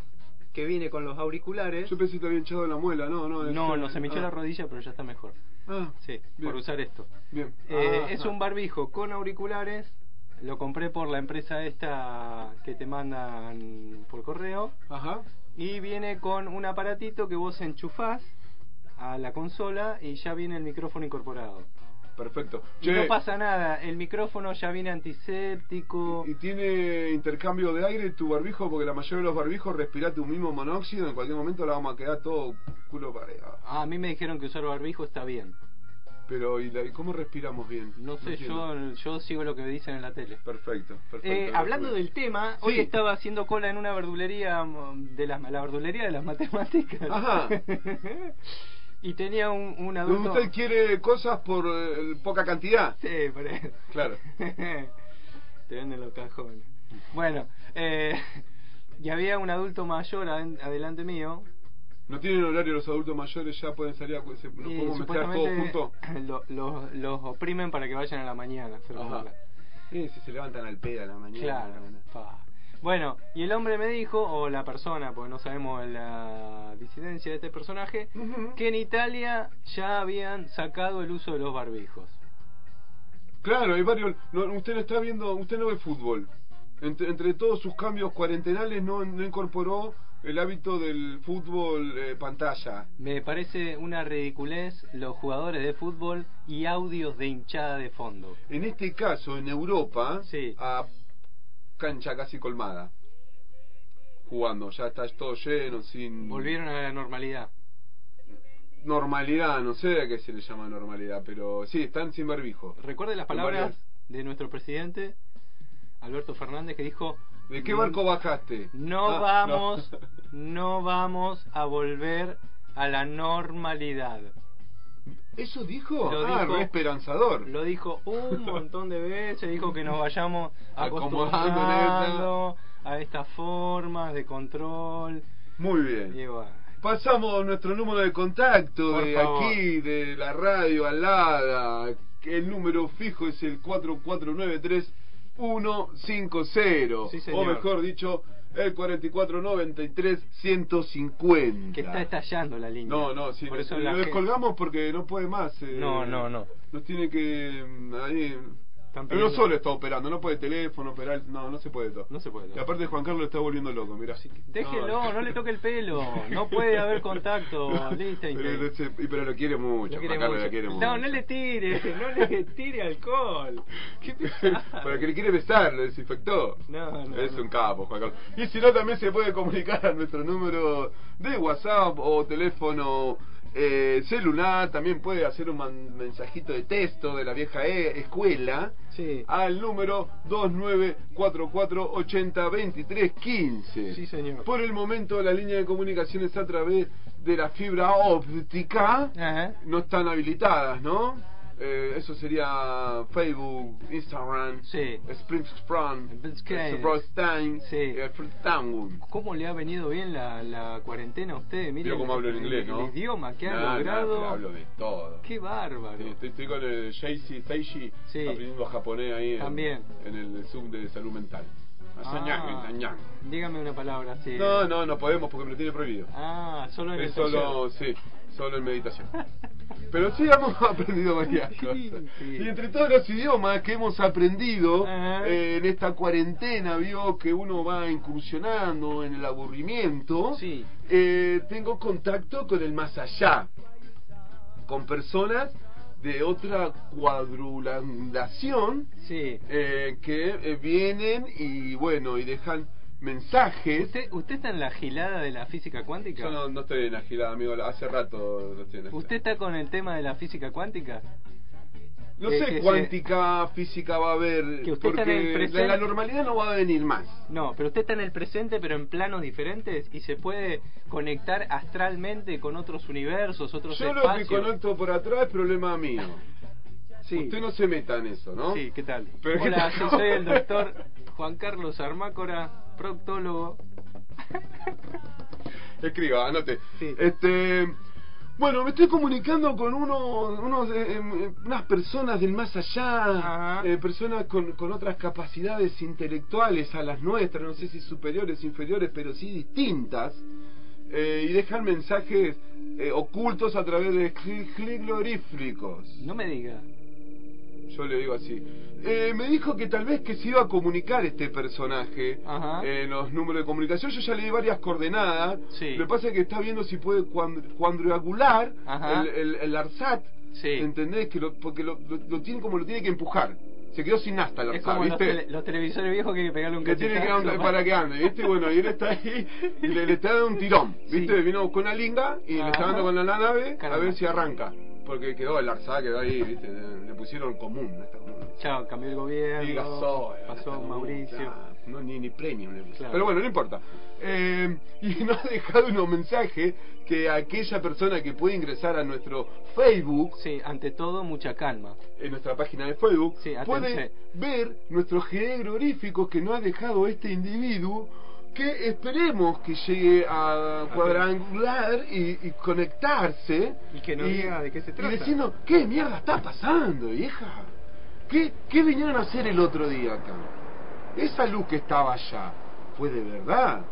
Speaker 3: que viene con los auriculares.
Speaker 7: Yo pensé que te había hinchado la muela, no, no. es-
Speaker 3: No, no se me hinchó
Speaker 7: ah.
Speaker 3: la rodilla, pero ya está mejor.
Speaker 7: Ah,
Speaker 3: Sí, por
Speaker 7: bien.
Speaker 3: usar esto.
Speaker 7: Bien.
Speaker 3: Eh,
Speaker 7: Ah,
Speaker 3: es
Speaker 7: ah.
Speaker 3: un barbijo con auriculares. Lo compré por la empresa esta que te mandan por correo.
Speaker 7: Ajá.
Speaker 3: Y viene con un aparatito que vos enchufás a la consola y ya viene el micrófono incorporado.
Speaker 7: Perfecto.
Speaker 3: Y
Speaker 7: Che,
Speaker 3: no pasa nada, el micrófono ya viene antiséptico.
Speaker 7: ¿Y tiene intercambio de aire tu barbijo? Porque la mayoría de los barbijos respira tu mismo monóxido. En cualquier momento la vamos a quedar todo culo pareja.
Speaker 3: Ah, a mí me dijeron que usar barbijo está bien.
Speaker 7: Pero, ¿y, la- y cómo respiramos bien?
Speaker 3: No sé,
Speaker 7: entiendo.
Speaker 3: yo, yo sigo lo que me dicen en la tele.
Speaker 7: Perfecto, perfecto.
Speaker 3: Eh, hablando
Speaker 7: perfecto.
Speaker 3: del tema, hoy estaba haciendo cola en una verdulería mm, de las, la verdulería de las matemáticas.
Speaker 7: Ajá.
Speaker 3: y tenía un, un adulto.
Speaker 7: ¿Usted quiere cosas por eh, poca cantidad?
Speaker 3: Sí, por eso.
Speaker 7: Claro.
Speaker 3: Te venden los cajones. Bueno, eh, y había un adulto mayor aden- adelante mío.
Speaker 7: ¿No tienen horario los adultos mayores? ¿Ya pueden salir a... se- ¿Nos
Speaker 3: y
Speaker 7: podemos mezclar todos
Speaker 3: supuestamente
Speaker 7: juntos?
Speaker 3: lo- los- los oprimen para que vayan a la mañana. a hacer
Speaker 7: Ajá.
Speaker 3: cola.
Speaker 7: Sí, si se levantan al pedo a la mañana.
Speaker 3: Claro, pa. Bueno, y el hombre me dijo, o la persona, porque no sabemos la disidencia de este personaje, que en Italia ya habían sacado el uso de los barbijos.
Speaker 7: Claro, hay varios. no, usted no está viendo, usted no ve fútbol. Entre, entre todos sus cambios cuarentenales no, no incorporó el hábito del fútbol eh, pantalla.
Speaker 3: Me parece una ridiculez los jugadores de fútbol y audios de hinchada de fondo.
Speaker 7: En este caso, en Europa, a cancha casi colmada. Jugando, ya está todo lleno, sin
Speaker 3: Volvieron a la normalidad.
Speaker 7: normalidad, no sé a qué se le llama normalidad, pero sí, están sin barbijo.
Speaker 3: Recuerde las
Speaker 7: Con
Speaker 3: palabras
Speaker 7: varios-
Speaker 3: de nuestro presidente, Alberto Fernández, que dijo...
Speaker 7: ¿De qué barco bajaste?
Speaker 3: No
Speaker 7: Ah,
Speaker 3: vamos, no. vamos a volver a la normalidad.
Speaker 7: ¿Eso dijo?
Speaker 3: Lo
Speaker 7: ah,
Speaker 3: dijo-
Speaker 7: re esperanzador.
Speaker 3: Lo dijo un montón de veces, dijo que nos vayamos
Speaker 7: Acomodando
Speaker 3: acostumbrando a estas formas de control.
Speaker 7: Muy bien.
Speaker 3: Y bueno,
Speaker 7: Pasamos nuestro número de contacto
Speaker 3: Por
Speaker 7: de
Speaker 3: favor.
Speaker 7: aquí, de la radio Alada. que El número fijo es el 4493-150.
Speaker 3: Sí, señor.
Speaker 7: o mejor dicho, el 4493-150.
Speaker 3: que está estallando la línea.
Speaker 7: No, no, sí,
Speaker 3: Por
Speaker 7: lo-
Speaker 3: eso
Speaker 7: lo
Speaker 3: la gente-
Speaker 7: descolgamos porque no puede más. eh,
Speaker 3: No, no, no.
Speaker 7: Nos tiene que. mm, Ahí, pero
Speaker 3: pidiendo-
Speaker 7: solo está operando, no puede teléfono, operar. No, no se puede todo.
Speaker 3: No se puede todo.
Speaker 7: Y aparte, Juan Carlos lo está volviendo loco, mira.
Speaker 3: Déjelo, no le toque el pelo. No puede haber contacto. Liechtenstein.
Speaker 7: Pero, lo- se- y- pero lo quiere mucho,
Speaker 3: Lo quiere
Speaker 7: Juan Carlos
Speaker 3: mucho.
Speaker 7: lo quiere mucho.
Speaker 3: No, no le tire, no le tire alcohol. Qué pesado.
Speaker 7: Para que le quiere besar, lo desinfectó.
Speaker 3: No, no,
Speaker 7: es
Speaker 3: no.
Speaker 7: un capo, Juan Carlos. Y si no, también se puede comunicar a nuestro número de WhatsApp o teléfono eh, celular. También puede hacer un man- mensajito de texto de la vieja e- escuela
Speaker 3: Sí.
Speaker 7: al número 2944802315.
Speaker 3: Sí, señor.
Speaker 7: Por el momento, la línea de comunicaciones a través de la fibra óptica
Speaker 3: Ajá.
Speaker 7: no están habilitadas, ¿no? Eh, eso sería Facebook, Instagram,
Speaker 3: Sí.
Speaker 7: Springsprung,
Speaker 3: Springsteen.
Speaker 7: Springsteen,
Speaker 3: Sí.
Speaker 7: eh, Fruittown.
Speaker 3: ¿Cómo le ha venido bien la, la cuarentena a ustedes? Miren
Speaker 7: Vio cómo hablo en
Speaker 3: el-
Speaker 7: inglés, ¿no?
Speaker 3: El idioma que ha
Speaker 7: Nah, nah,
Speaker 3: logrado.
Speaker 7: pero hablo de todo.
Speaker 3: Qué bárbaro.
Speaker 7: Sí, Estoy, estoy con el Jaycee Seishi
Speaker 3: Sí.
Speaker 7: aprendiendo japonés ahí en,
Speaker 3: También.
Speaker 7: en el Zoom de salud mental. Asañang,
Speaker 3: Ah.
Speaker 7: asañang.
Speaker 3: Dígame una palabra, sí.
Speaker 7: No, no, no podemos porque me lo tiene prohibido.
Speaker 3: Ah, solo en el
Speaker 7: es solo, sí, solo en meditación. Pero sí hemos aprendido varias cosas. Y entre todos los idiomas que hemos aprendido eh, en esta cuarentena, vio que uno va incursionando en el aburrimiento, eh, tengo contacto con el más allá, con personas de otra cuadrulación eh, que eh, vienen y bueno, y dejan mensajes.
Speaker 3: ¿Usted, ¿Usted está en la gilada de la física cuántica?
Speaker 7: Yo no, no estoy en la gilada, amigo. Hace rato lo estoy en la
Speaker 3: ¿Usted está con el tema de la física cuántica?
Speaker 7: gilada. No
Speaker 3: Eh,
Speaker 7: sé
Speaker 3: que se-
Speaker 7: cuántica física va a haber.
Speaker 3: Que usted está en el
Speaker 7: porque la,
Speaker 3: presente.
Speaker 7: la normalidad no va a venir más.
Speaker 3: No, pero usted está en el presente, pero en planos diferentes y se puede conectar astralmente con otros universos, otros
Speaker 7: Yo lo que
Speaker 3: espacios.
Speaker 7: conecto por atrás es problema mío. Usted no se meta en eso, ¿no?
Speaker 3: Sí, ¿qué tal?
Speaker 7: Pero ¿qué
Speaker 3: Hola,
Speaker 7: tal?
Speaker 3: yo soy el doctor Juan Carlos Armácora, proctólogo.
Speaker 7: Escriba, anote. Este, bueno, me estoy comunicando con uno, unos, eh, eh, unas personas del más allá, eh, personas con, con otras capacidades intelectuales a las nuestras, no sé si superiores, inferiores, pero sí distintas, eh, y dejan mensajes eh, ocultos a través de gl- gloríficos.
Speaker 3: No me diga.
Speaker 7: Yo le digo así. Eh, me dijo que tal vez que se iba a comunicar este personaje
Speaker 3: Ah.
Speaker 7: eh, en los números de comunicación. Yo ya le di varias coordenadas. Lo que pasa es que está viendo si puede cuand- cuadrangular
Speaker 3: Ajá.
Speaker 7: el, el, el ARSAT. ¿Entendés? Que lo- porque lo, lo- lo tiene como lo tiene que empujar. Se quedó sin hasta el
Speaker 3: Es
Speaker 7: ARSAT,
Speaker 3: como los,
Speaker 7: ¿viste?
Speaker 3: tele- los televisores viejos que hay que pegarle un
Speaker 7: que tiene que
Speaker 3: cachetazo.
Speaker 7: andar para que ande, ¿viste? Bueno, y él está ahí y le, le está dando un tirón, ¿viste? Vino con una linga y le está
Speaker 3: Ajá.
Speaker 7: dando con la nave a
Speaker 3: Caramba.
Speaker 7: ver si arranca. Porque quedó el arzá, quedó ahí, ¿viste? Le, le pusieron común. ¿no? Está común.
Speaker 3: Chao, cambió el gobierno.
Speaker 7: Y Gasol,
Speaker 3: pasó Mauricio.
Speaker 7: Claro, no, ni, ni premio. le pusieron.
Speaker 3: Claro.
Speaker 7: Pero bueno, no importa. Eh, y nos ha dejado unos mensajes que aquella persona que puede ingresar a nuestro Facebook.
Speaker 3: Sí, ante todo, mucha calma.
Speaker 7: En nuestra página de Facebook.
Speaker 3: atense.
Speaker 7: puede ver nuestros jeroglíficos que nos ha dejado este individuo. Que esperemos que llegue a cuadrangular y, y conectarse.
Speaker 3: Y que nos diga de qué se trata.
Speaker 7: Y decirnos, ¿qué mierda está pasando, vieja? ¿Qué, qué vinieron a hacer el otro día acá? Esa luz que estaba allá, ¿fue de verdad?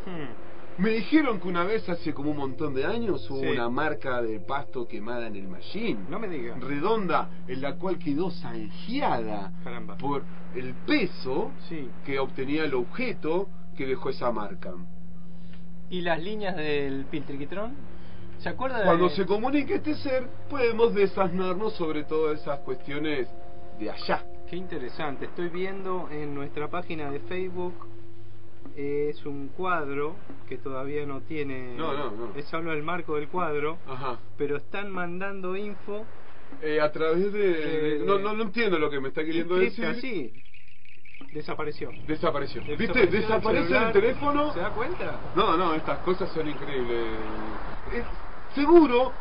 Speaker 7: Me dijeron que una vez hace como un montón de años hubo
Speaker 3: Sí.
Speaker 7: una marca de pasto quemada en el machín.
Speaker 3: No me digas.
Speaker 7: Redonda, en la cual quedó zanjeada
Speaker 3: Caramba.
Speaker 7: por el peso
Speaker 3: Sí.
Speaker 7: que obtenía el objeto que dejó esa marca.
Speaker 3: ¿Y las líneas del Piltriquitrón? ¿Se acuerda de-
Speaker 7: Cuando se comunique este ser, podemos desasnarnos sobre todas esas cuestiones de allá.
Speaker 3: Qué interesante, estoy viendo en nuestra página de Facebook eh, es un cuadro que todavía no tiene
Speaker 7: No, no, no. Ah.
Speaker 3: es solo el marco del cuadro,
Speaker 7: Ajá.
Speaker 3: pero están mandando info
Speaker 7: Eh, a través de...
Speaker 3: Eh,
Speaker 7: no, no, no entiendo lo que me está queriendo
Speaker 3: Y
Speaker 7: decir.
Speaker 3: cripta, sí. Desapareció.
Speaker 7: Desapareció. ¿Viste?
Speaker 3: Desapareció
Speaker 7: Desaparece el
Speaker 3: celular.
Speaker 7: teléfono.
Speaker 3: ¿Se da cuenta?
Speaker 7: No, no, estas cosas son increíbles. Eh, seguro.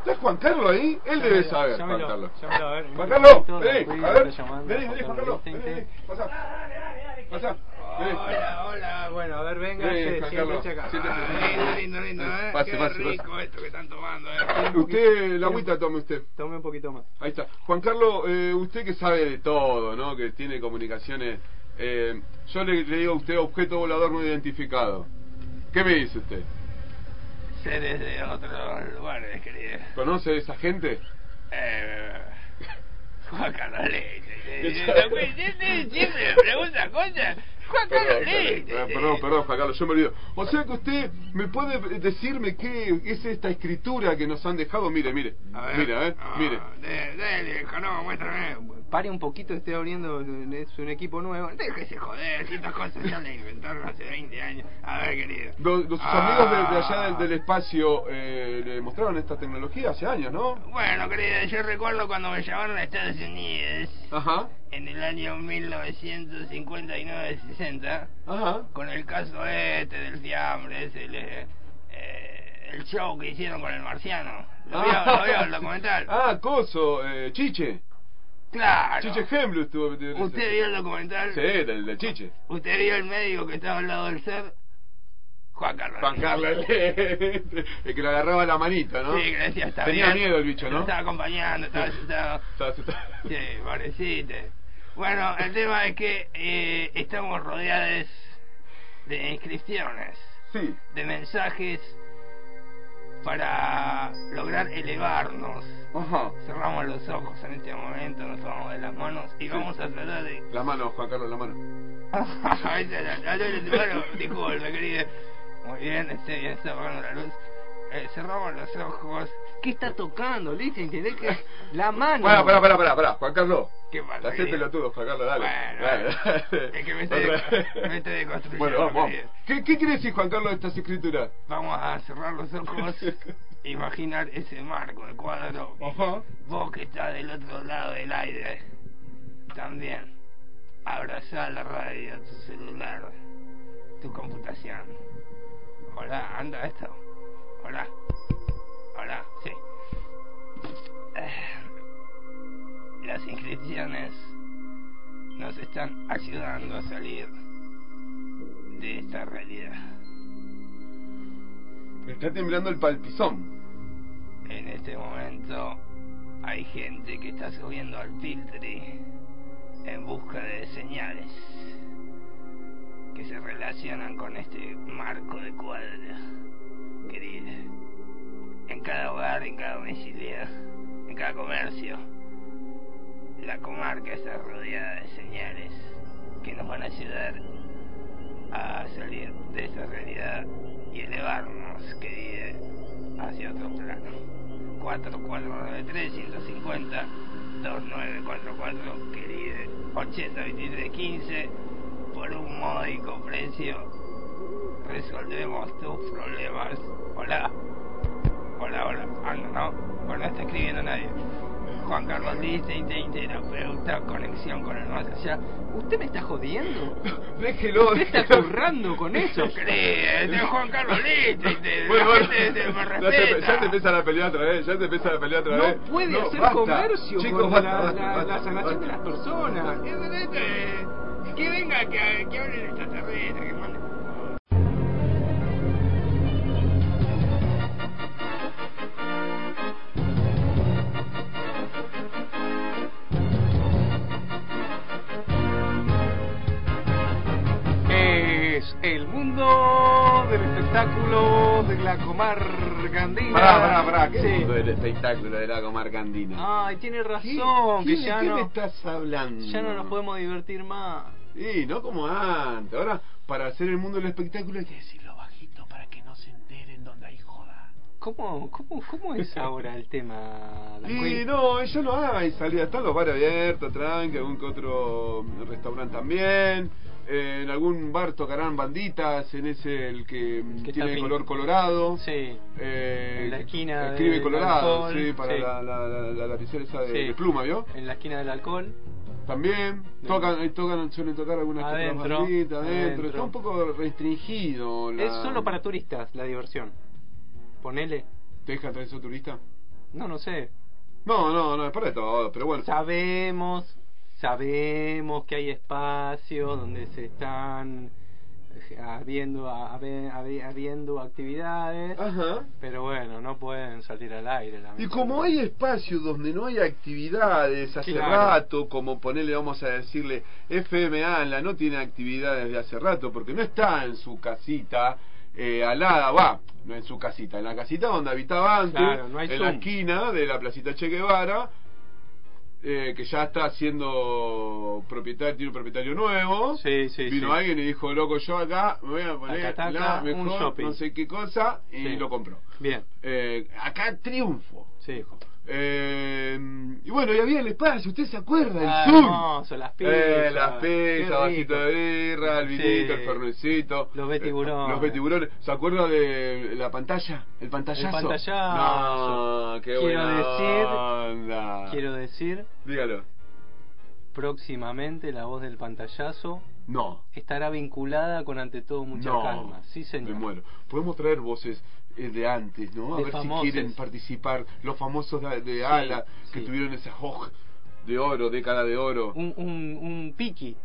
Speaker 7: ¿Está Juan Carlos ahí? Él debe
Speaker 3: Llámelo,
Speaker 7: saber, Juan
Speaker 3: llámelo,
Speaker 7: Carlos.
Speaker 3: llámelo, a ver,
Speaker 7: Juan
Speaker 3: un
Speaker 7: Carlos,
Speaker 3: ratito,
Speaker 7: vení,
Speaker 3: Luis
Speaker 7: a
Speaker 3: está
Speaker 7: ver.
Speaker 3: llamando,
Speaker 7: Vení, vení,
Speaker 3: Juan
Speaker 7: Juan
Speaker 3: Carlos,
Speaker 7: Carlos. Vení, vení, pasá. Pasá. Vení.
Speaker 5: Hola, hola.
Speaker 3: Bueno, a ver, venga,
Speaker 7: Vení,
Speaker 3: che,
Speaker 7: Juan
Speaker 3: siéntese
Speaker 7: Carlos,
Speaker 3: acá.
Speaker 7: siéntese.
Speaker 5: Ah, lindo, lindo, lindo, eh.
Speaker 7: Pase,
Speaker 5: Qué
Speaker 7: pase,
Speaker 5: rico
Speaker 7: pase.
Speaker 5: esto que están tomando, eh.
Speaker 7: Usted, la agüita tome usted.
Speaker 3: Tome un poquito más.
Speaker 7: Ahí está. Juan Carlos, eh, usted que sabe de todo, ¿no? Que tiene comunicaciones. eh, yo le, le digo a usted objeto volador no identificado. ¿Qué me dice usted?
Speaker 5: Seres de otros lugares, querido.
Speaker 7: ¿Conoce a esa gente?
Speaker 5: Eh, Juan Carlos Leite.
Speaker 7: Ya sabe.
Speaker 5: Siempre me pregunta cosas. Juan Carlos
Speaker 7: Perdón, perdón,
Speaker 5: Leite.
Speaker 7: perdón, perdón, Juan Carlos, yo me olvido. O sea que usted me puede decirme qué es esta escritura que nos han dejado. Mire, mire.
Speaker 5: ver.
Speaker 7: Mire, a ver,
Speaker 5: Ah,
Speaker 7: mire.
Speaker 5: de- Dale, hijo, no, muéstrame.
Speaker 3: Pare un poquito, estoy abriendo, es un equipo nuevo.
Speaker 5: Déjese joder, si estas cosas ya las inventaron hace 20 años. A ver, querido.
Speaker 7: Los, los- sus
Speaker 5: Ah.
Speaker 7: amigos de, de allá del, del espacio eh, le mostraron esta tecnología hace años, ¿no?
Speaker 5: Bueno, querida, yo recuerdo cuando me llamaron a Estados Unidos
Speaker 7: Ajá.
Speaker 5: en el año 1959-60
Speaker 7: Ajá.
Speaker 5: con el caso este del fiambre, ese, el, eh, eh, el show que hicieron con el marciano. Lo vio,
Speaker 7: Ah.
Speaker 5: lo vio el documental.
Speaker 7: Ah, Coso, eh, Chiche.
Speaker 5: Claro.
Speaker 7: Chiche Hemblo estuvo.
Speaker 5: ¿Usted vio el documental?
Speaker 7: Sí, del de Chiche.
Speaker 5: ¿Usted vio el médico que estaba al lado del ser? Juan Carlos.
Speaker 7: Juan Carlos Leite, el que le agarraba la manita, ¿no?
Speaker 5: Sí, gracias. está
Speaker 7: Tenía
Speaker 5: bien.
Speaker 7: miedo el bicho,
Speaker 5: Lo
Speaker 7: ¿no?
Speaker 5: estaba acompañando, estaba asustado.
Speaker 7: Estaba asustado.
Speaker 5: Sí, pobrecito. Bueno, el tema es que eh, estamos rodeados de inscripciones,
Speaker 7: Sí.
Speaker 5: de mensajes para lograr elevarnos.
Speaker 7: Ajá.
Speaker 5: Cerramos los ojos en este momento, nos tomamos de las manos y
Speaker 7: Sí.
Speaker 5: vamos a tratar de...
Speaker 7: La mano, Juan Carlos, la mano.
Speaker 5: Esa es la- la luz, bueno, disculpe, querida. Muy bien, este bien está apagando la luz. Eh, cerramos los ojos.
Speaker 3: ¿Qué está tocando, Lice? ¿Entendés que la mano?
Speaker 7: Bueno, pará, pará, pará, pará, Juan Carlos.
Speaker 5: ¿Qué pasa?
Speaker 7: La gente
Speaker 5: querido?
Speaker 7: pelotudo, Juan Carlos, dale.
Speaker 5: Bueno,
Speaker 7: Dale.
Speaker 5: es que me estoy,
Speaker 7: Otra vez.
Speaker 5: me estoy deconstruyendo.
Speaker 7: Bueno, vamos. vamos.
Speaker 5: querido.
Speaker 7: ¿Qué, ¿Qué quiere decir, Juan Carlos, de estas escrituras?
Speaker 5: Vamos a cerrar los ojos. Imaginar ese marco, el cuadro. Vos que está del otro lado del aire. También. Abrazá la radio, tu celular, tu computación. Hola, anda esto. Hola. Hola, sí. Eh, Las inscripciones nos están ayudando a salir de esta realidad.
Speaker 7: Me está temblando el palpizón.
Speaker 5: En este momento hay gente que está subiendo al Piltri en busca de señales que se relacionan con este marco de cuadra. Querida, en cada hogar, en cada domicilia, en cada comercio, la comarca está rodeada de señales que nos van a ayudar a salir de esta realidad y elevarnos, querida, hacia otro plano. 4493 150 2944 querida 802315 por un módico precio resolvemos tus problemas hola hola hola ah no no bueno, no está escribiendo nadie Juan Carlos Listein terapeuta conexión con el más allá usted me está jodiendo
Speaker 7: Déjelo.
Speaker 5: Usted está
Speaker 7: déjelo.
Speaker 5: currando con eso. Cree, este es Juan Carlos Listein, te-
Speaker 7: Bueno,
Speaker 5: la
Speaker 7: bueno.
Speaker 5: gente te- me
Speaker 7: ya, te,
Speaker 5: respeta.
Speaker 7: ya te empieza la pelea otra vez, ya te empieza la pelea otra
Speaker 3: No
Speaker 7: vez.
Speaker 3: puede hacer
Speaker 7: eh, basta.
Speaker 3: comercio
Speaker 7: Chicos,
Speaker 3: con
Speaker 7: basta,
Speaker 3: la-
Speaker 7: basta,
Speaker 3: la-
Speaker 7: basta,
Speaker 3: la sanación de
Speaker 7: basta.
Speaker 3: las personas.
Speaker 5: Eso, eso, eh, Que venga, que, que hable el extraterrestre, que mande.
Speaker 3: espectáculos de la comarca andina.
Speaker 7: Pará, pará, pará, ¿qué
Speaker 3: Sí. Ah,
Speaker 7: es el espectáculo de la comarca andina?
Speaker 3: Ay, tiene razón,
Speaker 7: ¿Qué-
Speaker 3: que
Speaker 7: de
Speaker 3: ya
Speaker 7: qué
Speaker 3: no.
Speaker 7: me estás hablando?
Speaker 3: Ya no nos podemos divertir más.
Speaker 7: Y no como antes. Ahora, para hacer el mundo del espectáculo hay que decirlo bajito para que no se enteren donde hay joda.
Speaker 3: ¿Cómo, cómo, cómo es ahora el tema? Dan
Speaker 7: Y
Speaker 3: Quinn?
Speaker 7: no, ellos no hay salida. Están los bares abiertos, tranqui, algún que otro restaurante también. Eh, en algún bar tocarán banditas, en ese el que, mm,
Speaker 3: Que está
Speaker 7: tiene
Speaker 3: fin-
Speaker 7: color colorado.
Speaker 3: Sí.
Speaker 7: Eh,
Speaker 3: En la esquina
Speaker 7: Escribe
Speaker 3: del
Speaker 7: colorado,
Speaker 3: alcohol,
Speaker 7: sí, para
Speaker 3: sí.
Speaker 7: la, la, la, la lapicera esa de,
Speaker 3: Sí.
Speaker 7: de pluma, ¿vio?
Speaker 3: En la esquina del alcohol.
Speaker 7: También
Speaker 3: Sí.
Speaker 7: tocan, eh, tocan, suelen tocar algunas que otras
Speaker 3: Adentro,
Speaker 7: banditas, adentro.
Speaker 3: adentro.
Speaker 7: Está un poco restringido. La...
Speaker 3: Es solo para turistas la diversión. Ponele.
Speaker 7: ¿Te dejan traer esos turistas?
Speaker 3: No, no sé.
Speaker 7: No, no, no, es para todo, pero bueno.
Speaker 3: Sabemos, sabemos que hay espacios donde se están eh, habiendo, a- habe- habe- habiendo actividades.
Speaker 7: Ajá.
Speaker 3: Pero bueno, no pueden salir al aire.
Speaker 7: Ah. Y
Speaker 3: lamentablemente.
Speaker 7: como hay espacios donde no hay actividades hace
Speaker 3: Claro.
Speaker 7: rato, como ponerle, vamos a decirle, FMA en la no tiene actividades de hace rato, porque no está en su casita eh, alada, va, no en su casita, en la casita donde habitaba antes,
Speaker 3: Claro, no hay
Speaker 7: en
Speaker 3: Zoom.
Speaker 7: la esquina de la placita Che Guevara, eh, que ya está siendo propietario, tiene un propietario nuevo.
Speaker 3: Sí, sí,
Speaker 7: Vino
Speaker 3: sí.
Speaker 7: alguien y dijo, loco, yo acá me voy a poner
Speaker 3: Acá, acá,
Speaker 7: la
Speaker 3: un
Speaker 7: mejor,
Speaker 3: shopping".
Speaker 7: no sé qué cosa, y
Speaker 3: Sí.
Speaker 7: lo compró.
Speaker 3: Bien.
Speaker 7: Eh, acá triunfo.
Speaker 3: Sí, hijo.
Speaker 7: Eh, y bueno, y había el espacio, ¿usted se acuerda? El
Speaker 3: Ah,
Speaker 7: Zoom.
Speaker 3: hermoso, las pizzas.
Speaker 7: Eh, las
Speaker 3: Qué rico.
Speaker 7: pizzas, vasito de birra, el
Speaker 3: Sí.
Speaker 7: vinito, el fernecito.
Speaker 3: Los betiburones.
Speaker 7: Eh, Los betiburones. ¿Se acuerda de la pantalla? El pantallazo.
Speaker 3: El pantallazo.
Speaker 7: No, qué
Speaker 3: Quiero
Speaker 7: buena
Speaker 3: decir-
Speaker 7: onda.
Speaker 3: Quiero decir,
Speaker 7: Dígalo.
Speaker 3: próximamente la voz del pantallazo
Speaker 7: No,
Speaker 3: estará vinculada con ante todo mucha
Speaker 7: no.
Speaker 3: calma. Sí, señor.
Speaker 7: Me muero. Podemos traer voces eh, de antes, ¿no? A
Speaker 3: De
Speaker 7: ver
Speaker 3: famosos.
Speaker 7: si quieren participar. Los famosos de, de Ala que
Speaker 3: sí.
Speaker 7: tuvieron esa hoja de oro, década de oro.
Speaker 3: Un, un, un piqui.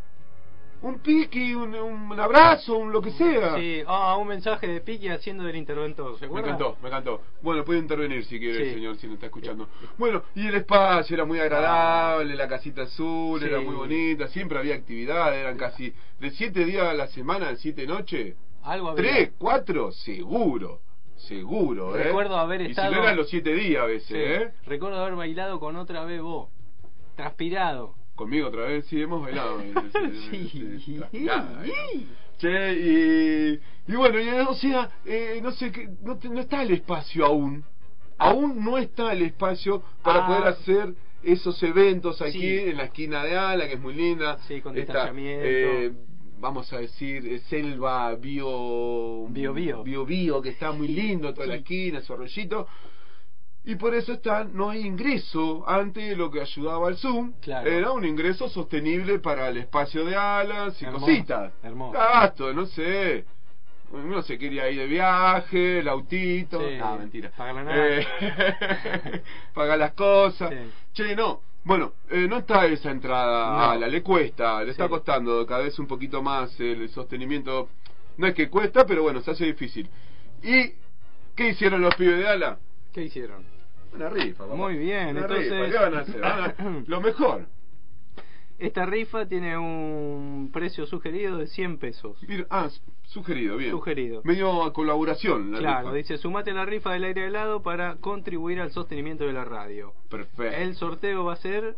Speaker 7: un piqui, un, un abrazo, un lo que sea.
Speaker 3: Sí, ah, un mensaje de piqui haciendo del interventor. ¿se
Speaker 7: Me
Speaker 3: acuerda?
Speaker 7: encantó, me encantó. Bueno, puede intervenir si quiere
Speaker 3: Sí.
Speaker 7: el señor, si no está escuchando. Bueno, y el espacio era muy agradable, la casita azul
Speaker 3: Sí.
Speaker 7: era muy bonita, siempre había actividad, eran casi de siete días a la semana, siete noches,
Speaker 3: Algo había.
Speaker 7: tres, cuatro, seguro, seguro, ¿eh?
Speaker 3: Recuerdo haber
Speaker 7: Y
Speaker 3: estado-
Speaker 7: si no eran los siete días a veces,
Speaker 3: Sí.
Speaker 7: ¿eh?
Speaker 3: Recuerdo haber bailado con otra bebo. Transpirado.
Speaker 7: Conmigo otra vez, sí, hemos bailado.
Speaker 3: Sí.
Speaker 7: Transpirada, ¿eh? Che, y, y bueno, y, o sea, eh, no sé, qué- no, te- no está el espacio aún. Aún no está el espacio para
Speaker 3: Ah.
Speaker 7: poder hacer esos eventos aquí
Speaker 3: Sí.
Speaker 7: en la esquina de Ala, que es muy linda.
Speaker 3: Sí, con
Speaker 7: Esta,
Speaker 3: distanciamiento.
Speaker 7: eh, vamos a decir, eh, selva bio...
Speaker 3: Bio Bio.
Speaker 7: Bio Bio, que está muy lindo, toda la esquina, su arroyito. Y por eso está, no hay ingreso. Antes lo que ayudaba al Zoom
Speaker 3: Claro.
Speaker 7: era un ingreso sostenible para el espacio de alas y
Speaker 3: Hermoso,
Speaker 7: cositas.
Speaker 3: hermoso.
Speaker 7: Gasto, no sé. No se quería ir de viaje, el autito.
Speaker 3: Sí,
Speaker 7: No, mentira.
Speaker 3: paga la nada.
Speaker 7: Eh, paga las cosas.
Speaker 3: Sí.
Speaker 7: Che, no. Bueno, eh, no está esa entrada
Speaker 3: No.
Speaker 7: a ala, le cuesta, le está
Speaker 3: Sí.
Speaker 7: costando cada vez un poquito más el sostenimiento. No es que cuesta, pero bueno, se hace difícil. ¿Y qué hicieron los pibes de ala?
Speaker 3: ¿Qué hicieron?
Speaker 7: Una rifa, papá.
Speaker 3: Muy bien,
Speaker 7: Una
Speaker 3: entonces-
Speaker 7: rifa, ¿qué van a hacer? Van a- Lo mejor.
Speaker 3: Esta rifa tiene un precio sugerido de 100 pesos.
Speaker 7: Mira, ah, s- sugerido, bien.
Speaker 3: Sugerido.
Speaker 7: Medio a colaboración la
Speaker 3: Claro,
Speaker 7: rifa.
Speaker 3: dice, sumate a la rifa del aire helado para contribuir al sostenimiento de la radio.
Speaker 7: Perfecto.
Speaker 3: El sorteo va a ser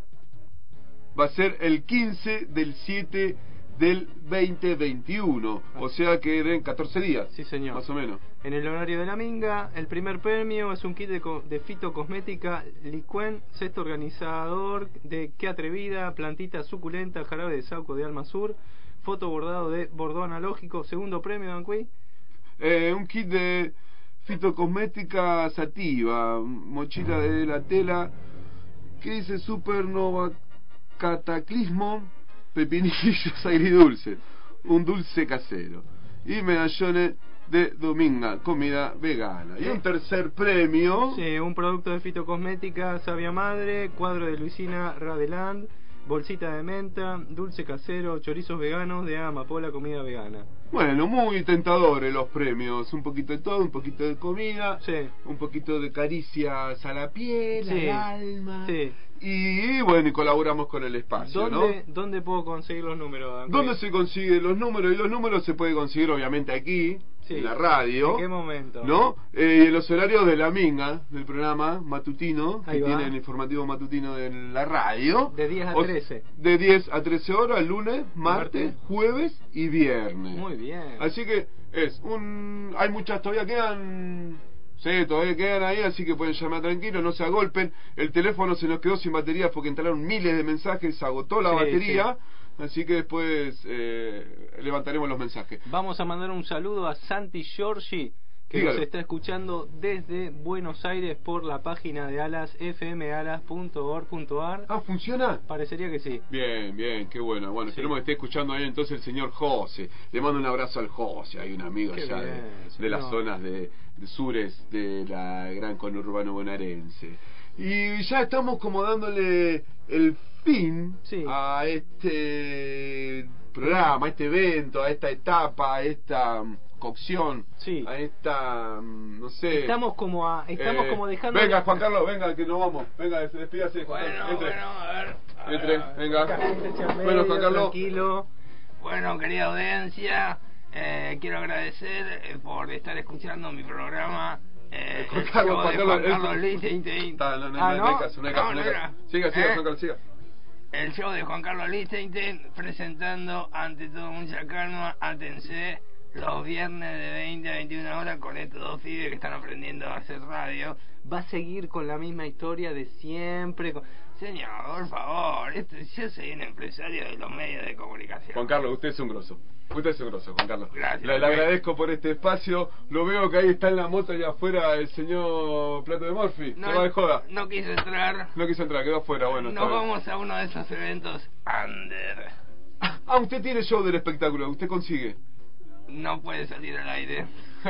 Speaker 7: Va a ser el 15 del 7 del 2021. O sea que en 14 días.
Speaker 3: Ah. Sí, señor.
Speaker 7: Más o menos.
Speaker 3: en el horario de la minga. El primer premio es un kit de, co- de fitocosmética Licuen, sexto organizador de Qué Atrevida, plantita suculenta, jarabe de saco de Alma Sur, foto bordado de bordó analógico. Segundo premio, Dan Cui.
Speaker 7: Eh, un kit de fitocosmética sativa, mochila de la tela, que dice supernova cataclismo, pepinillos agridulce, un dulce casero y medallones de dominga, comida vegana. Y un tercer premio,
Speaker 3: Sí, un producto de fitocosmética Sabia Madre, cuadro de Luisina Radeland, bolsita de menta, dulce casero, chorizos veganos de Amapola, comida vegana.
Speaker 7: bueno, muy tentadores los premios, un poquito de todo, un poquito de comida,
Speaker 3: Sí.
Speaker 7: un poquito de caricias a la piel,
Speaker 3: Sí.
Speaker 7: al alma.
Speaker 3: Sí.
Speaker 7: Y bueno, y colaboramos con el espacio, ¿no?
Speaker 3: ¿Dónde, ¿Dónde puedo conseguir los números? Dan?
Speaker 7: ¿Dónde se consiguen los números? Y los números se puede conseguir obviamente aquí,
Speaker 3: Sí.
Speaker 7: en la radio.
Speaker 3: ¿En qué momento?
Speaker 7: ¿No? Eh, y en los horarios de la minga del programa matutino,
Speaker 3: Ahí
Speaker 7: que
Speaker 3: va.
Speaker 7: tiene el informativo matutino de la radio.
Speaker 3: De 10 a
Speaker 7: O-
Speaker 3: 13.
Speaker 7: de 10 a 13 horas, lunes, martes, jueves y viernes.
Speaker 3: Muy bien.
Speaker 7: Así que es un. Hay muchas todavía quedan. Sí, todavía quedan ahí, así que pueden llamar tranquilos, no se agolpen. El teléfono se nos quedó sin batería porque entraron miles de mensajes, se agotó la
Speaker 3: Sí,
Speaker 7: batería. Así que después eh, levantaremos los mensajes.
Speaker 3: Vamos a mandar un saludo a Santi Giorgi, que
Speaker 7: Dígalo.
Speaker 3: nos está escuchando desde Buenos Aires por la página de Alas, fmalas.org.ar.
Speaker 7: Ah, ¿funciona?
Speaker 3: Parecería que sí.
Speaker 7: Bien, bien, qué bueno. Bueno, esperemos que esté escuchando ahí entonces el señor José. Le mando un abrazo al José, hay un amigo
Speaker 3: Qué
Speaker 7: allá de-
Speaker 3: bien,
Speaker 7: de, las
Speaker 3: señor.
Speaker 7: zonas de, de sures de la gran conurbano bonaerense. Y ya estamos como dándole el fin a este programa, a este evento, a esta etapa, a esta mm, cocción, a esta, mm, no sé...
Speaker 3: Estamos como a- estamos como dejando-
Speaker 7: Eh, Venga, Juan Carlos, venga, que nos vamos. Venga, des- despídase. Juan Carlos. Entre. Entre, venga. Bueno, Juan Carlos.
Speaker 3: Este Tranquilo.
Speaker 5: Bueno, querida audiencia, eh, quiero agradecer eh, por estar escuchando mi programa. Eh,
Speaker 7: Juan
Speaker 5: el
Speaker 7: Carlos,
Speaker 5: show
Speaker 7: Juan
Speaker 5: de
Speaker 7: Carlos,
Speaker 5: Juan Carlos
Speaker 7: él-
Speaker 5: Lichtenstein.
Speaker 7: Está, no, no,
Speaker 5: Ah,
Speaker 7: no hay caso, no hay caso, no hay
Speaker 5: no
Speaker 7: caso.
Speaker 5: era.
Speaker 7: Siga, siga,
Speaker 5: Eh,
Speaker 7: Juan Carlos, siga.
Speaker 5: El show de Juan Carlos Lichtenstein presentando ante todo mucha calma, atense, los viernes de 20 a 21 horas con estos dos pibes que están aprendiendo a hacer radio.
Speaker 3: Va a seguir con la misma historia de siempre. con-
Speaker 5: Señor, por favor, esto- yo soy un empresario de los medios de comunicación.
Speaker 7: Juan Carlos, usted es un grosso. Usted es un grosso, Juan Carlos.
Speaker 5: Gracias.
Speaker 7: Le, le agradezco por este espacio. Lo veo que ahí está en la moto allá afuera el señor Plato de Murphy. No, va de joda.
Speaker 5: no quiso entrar.
Speaker 7: No quiso entrar, quedó afuera. Bueno, está
Speaker 5: Nos
Speaker 7: bien.
Speaker 5: vamos a uno de esos eventos under.
Speaker 7: Ah, usted tiene show del espectáculo. Usted consigue.
Speaker 5: No puede salir al aire.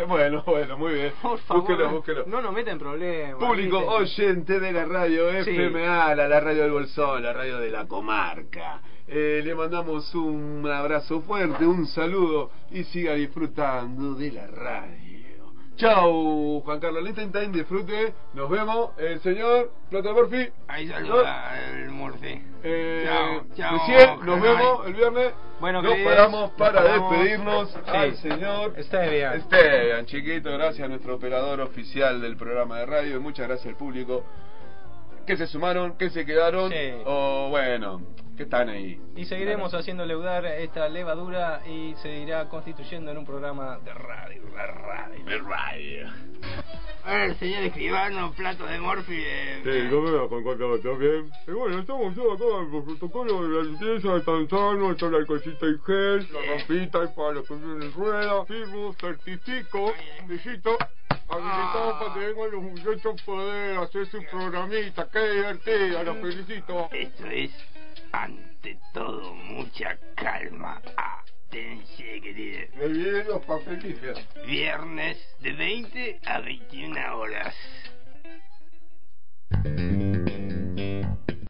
Speaker 7: bueno, bueno, muy bien.
Speaker 3: Por favor,
Speaker 7: Búsquelo, búsquelo.
Speaker 3: no nos meten problemas.
Speaker 7: Público
Speaker 3: ¿viste?
Speaker 7: oyente de la radio
Speaker 3: Sí.
Speaker 7: FMA, la, la radio del Bolsón, la radio de la comarca. Eh, le mandamos un abrazo fuerte, un saludo y siga disfrutando de la radio. Chau, Juan Carlos Lichtenstein, disfrute. Nos vemos, el señor Plata Murphy.
Speaker 5: Ahí saluda el Murphy.
Speaker 7: Eh,
Speaker 5: Chao, chao,
Speaker 7: Luciel, nos
Speaker 5: Hanoi.
Speaker 7: vemos el viernes.
Speaker 5: Bueno,
Speaker 7: nos
Speaker 5: queridos,
Speaker 7: paramos
Speaker 5: nos
Speaker 7: para
Speaker 5: paramos.
Speaker 7: despedirnos
Speaker 5: Sí.
Speaker 7: al señor
Speaker 3: Esteban.
Speaker 7: Esteban, chiquito, gracias a nuestro operador oficial del programa de radio y muchas gracias al público que se sumaron, que se quedaron o bueno, que están ahí.
Speaker 3: Y seguiremos haciendo leudar esta levadura y se irá constituyendo en un programa de radio. de radio, de radio.
Speaker 5: Ahora el señor escribano, plato de Morphy. eh,
Speaker 8: Sí, no me da con cuatro, está bien. Y bueno, estamos todos acá por protocolo de la limpieza, el tanzano, está la alcoholcita y gel, la rampita y para los que vienen rueda. Firmo, certifico, visito, habilitado para que vengan los muchachos a poder hacer su programita. Qué divertida, los felicito.
Speaker 5: Esto es, ante todo, mucha calma. Atención, querido.
Speaker 7: Me vienen los papelitos.
Speaker 5: Viernes de 20 a 21 horas.
Speaker 12: Thank you.